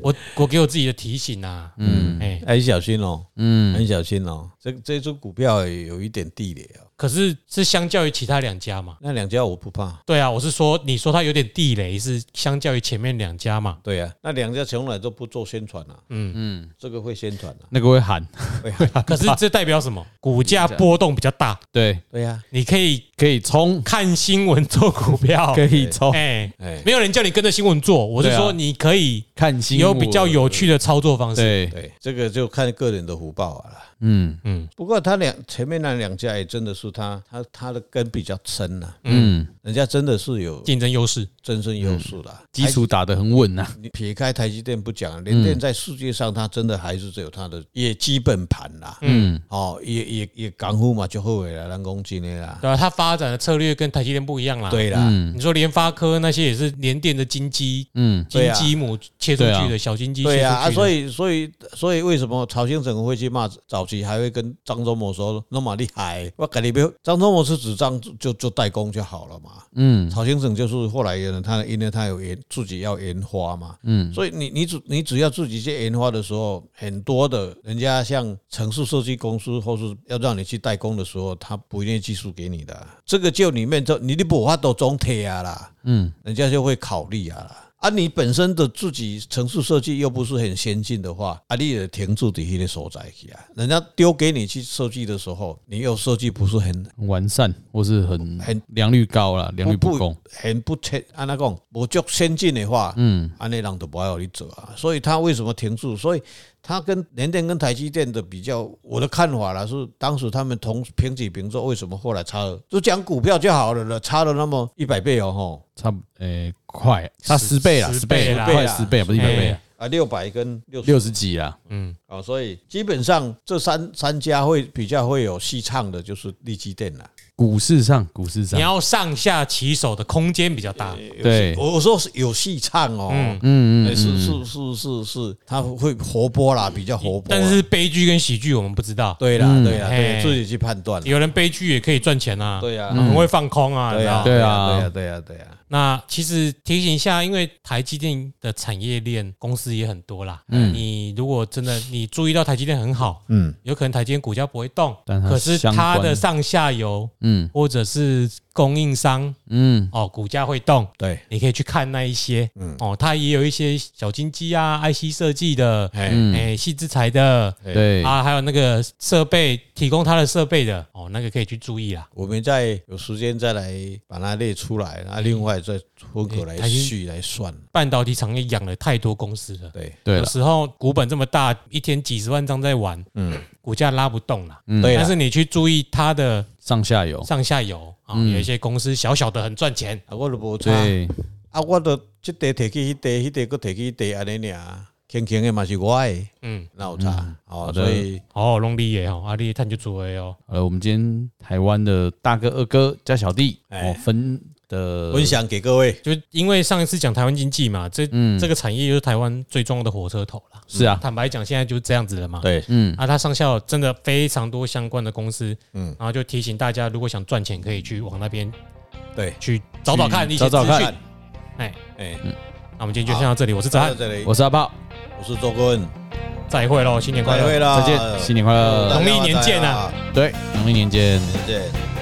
Speaker 1: 我我给我自己的提醒啊，嗯，哎、
Speaker 3: 很小心哦，
Speaker 2: 嗯，
Speaker 3: 很小心哦。这这只股票也有一点地雷啊。
Speaker 1: 可是是相较于其他两家嘛，
Speaker 3: 那两家我不怕，
Speaker 1: 对啊，我是说，你说它有点地雷，是相较于前面两家
Speaker 3: [laughs]
Speaker 1: 嘛，
Speaker 3: 对啊，那两家从来都不做宣传啊，
Speaker 1: 嗯
Speaker 3: 嗯，这个会宣传啊，
Speaker 2: 那个会喊，
Speaker 3: 会喊
Speaker 1: 可是这代表什么？股价波动比较大，
Speaker 2: 对，
Speaker 3: 对呀，
Speaker 1: 你可以
Speaker 2: 可以冲，
Speaker 1: 看新闻做股
Speaker 3: [laughs]
Speaker 1: 票。
Speaker 2: 可以冲，
Speaker 1: 哎，
Speaker 3: 哎，
Speaker 1: 没有人叫你跟着新闻做，我是
Speaker 2: 对啊
Speaker 1: 说你可以
Speaker 2: 看新
Speaker 1: 有
Speaker 2: 闻
Speaker 1: 比较有趣的操作方式。
Speaker 2: 对，
Speaker 3: 对，这个就看个人的福报啊啦。
Speaker 2: 嗯
Speaker 1: 嗯
Speaker 3: 不过他两前面那两家也真的是他他他的根比较深呐、
Speaker 2: 嗯，
Speaker 3: 人家真的是有
Speaker 1: 竞争优势，
Speaker 3: 真正优势啦。
Speaker 2: 基础打得很稳呐，
Speaker 3: 你撇开台积电不讲，联电在世界上它真的还是只有它的也基本盘啦。嗯，哦，也也也港股嘛就后悔了，人工今天啦。
Speaker 1: 对吧、啊它发展的策略跟台积电不一样啦。，
Speaker 3: 对啊啦，
Speaker 1: 你说联发科那些也是联电的金鸡，
Speaker 2: 嗯，
Speaker 1: 金
Speaker 3: 对啊
Speaker 1: 鸡母切出去
Speaker 2: 对
Speaker 1: 的小金鸡切出
Speaker 3: 对
Speaker 1: 去的，
Speaker 3: 呀、啊，所以所以所以为什么曹先生会去骂早期，还会跟张忠谋说那么厉害？我感觉没有，张忠谋是指张就就代工就好了嘛。
Speaker 2: 嗯
Speaker 3: 曹先生就是后来呢，他因为他有研自己要研发嘛，
Speaker 2: 嗯，
Speaker 3: 所以你你只你只要自己去研发的时候，很多的人家像城市设计公司或是要让你去代工的时候，他不一定技术给你的，啊这个就里面就你的补发都中贴啊啦，
Speaker 2: 嗯，
Speaker 3: 人家就会考虑啊啦。啊，你本身的自己城市设计又不是很先进的话，啊，你也停住底下的所在去啊。人家丢给你去设计的时候，你又设计不是很
Speaker 2: 很完善或是很
Speaker 3: 很
Speaker 2: 良率高啦，良率不够，
Speaker 3: 很不切，按那讲不足先进的话，嗯，安尼人就不爱让你做啊。所以他为什么停住？所以他跟联电跟台积电的比较，我的看法啦是，当时他们同平起平坐，为什么后来差了？就讲股票就好了了，差了那么一百倍哦，吼
Speaker 2: 差不诶快，差十倍啦，
Speaker 1: 十
Speaker 2: 十倍
Speaker 1: 倍啦
Speaker 2: 快十倍，不是一百倍啊，
Speaker 3: 啊，六百跟六十
Speaker 2: 六十几啦，
Speaker 1: 嗯，
Speaker 3: 啊，所以基本上这三三家会比较会有戏唱的，就是利基电啦。
Speaker 2: 股市上，股市上
Speaker 1: 你，要上下其手的空间比较大。
Speaker 2: 对，
Speaker 3: 我我说是有戏唱哦，
Speaker 1: 嗯
Speaker 2: 嗯
Speaker 3: 哎是是是是是，他会活泼啦，比较活泼啦。啊
Speaker 1: 但是悲剧跟喜剧我们不知道，
Speaker 3: 对啦，
Speaker 2: 嗯
Speaker 3: 对啦，对
Speaker 1: 嘿，
Speaker 3: 自己去判断啦。
Speaker 1: 有人悲剧也可以赚钱啊，
Speaker 3: 对呀，
Speaker 1: 很会放空啊，你
Speaker 3: 对
Speaker 1: 知道
Speaker 3: 呀，
Speaker 1: 吗
Speaker 2: 对啊
Speaker 3: 呀，对呀，对呀，对呀。
Speaker 1: 那其实提醒一下，因为台积电的产业链公司也很多啦。嗯，你如果真的你注意到台积电很好，
Speaker 3: 嗯，
Speaker 1: 有可能台积电股价不会动，
Speaker 2: 但它
Speaker 1: 可是
Speaker 2: 相
Speaker 1: 它
Speaker 2: 关
Speaker 1: 的上下游
Speaker 2: 嗯
Speaker 1: 或者是供应商
Speaker 2: 嗯
Speaker 1: 哦，股价会动。
Speaker 3: 对，
Speaker 1: 你可以去看那一些，嗯
Speaker 3: 嗯，
Speaker 1: 哦，它也有一些小金鸡啊，IC 设计的，
Speaker 3: 哎，
Speaker 2: 嗯，
Speaker 1: 哎，细制材的
Speaker 3: 哎
Speaker 2: 对，
Speaker 1: 啊，还有那个设备提供它的设备的，哦，那个可以去注意啦。
Speaker 3: 我们再有时间再来把它列出来，啊，另外再分口来
Speaker 1: 哎台积
Speaker 3: 续来算。
Speaker 1: 半导体产业养了太多公司了。
Speaker 3: 对，
Speaker 2: 对
Speaker 1: 有
Speaker 2: 了，
Speaker 1: 时候股本这么大，一天几十万张在玩，
Speaker 3: 嗯，
Speaker 1: 股价拉不动啦。
Speaker 2: 嗯
Speaker 3: 对啦
Speaker 1: 但是你去注意它的
Speaker 2: 上下游，
Speaker 1: 上下游啊，
Speaker 2: 嗯
Speaker 1: 有一些公司小小的很赚钱，
Speaker 3: 啊，我都无差，
Speaker 2: 对，
Speaker 3: 啊，我都这地摕去那地，那地搁摕去那地，安尼尔，轻轻的嘛是我的，
Speaker 1: 嗯，
Speaker 3: 那有差。哦，
Speaker 2: 的
Speaker 3: 所以
Speaker 1: 哦，龙利耶哦，阿利探就做了哦，
Speaker 2: 好了，我们今天台湾的大哥、二哥加小弟，
Speaker 3: 哎
Speaker 2: 哦，分的
Speaker 3: 分享给各位，
Speaker 1: 就因为上一次讲台湾经济嘛，这
Speaker 2: 嗯
Speaker 1: 这个产业就是台湾最重要的火车头啦。嗯
Speaker 2: 是啊，
Speaker 1: 坦白讲，现在就是这样子了嘛。
Speaker 3: 对，
Speaker 2: 嗯，
Speaker 1: 啊，它上下游真的非常多相关的公司，嗯
Speaker 3: 嗯，
Speaker 1: 然后就提醒大家，如果想赚钱，可以去往那边
Speaker 3: 对，
Speaker 1: 去找找看一些
Speaker 2: 找
Speaker 1: 资
Speaker 2: 找看
Speaker 1: 讯。哎，
Speaker 3: 哎，
Speaker 1: 那我们今天就先到这里，我是子
Speaker 3: 到
Speaker 1: 涵，
Speaker 3: 这里，
Speaker 2: 我是阿炮，
Speaker 3: 我是周坤，
Speaker 1: 再会喽，新年快
Speaker 3: 再
Speaker 1: 乐
Speaker 3: 会。啦，
Speaker 2: 再见，新年快
Speaker 3: 大家
Speaker 2: 乐，
Speaker 1: 农历年见啊
Speaker 3: 再见，
Speaker 2: 对，农历年见。
Speaker 3: 再见。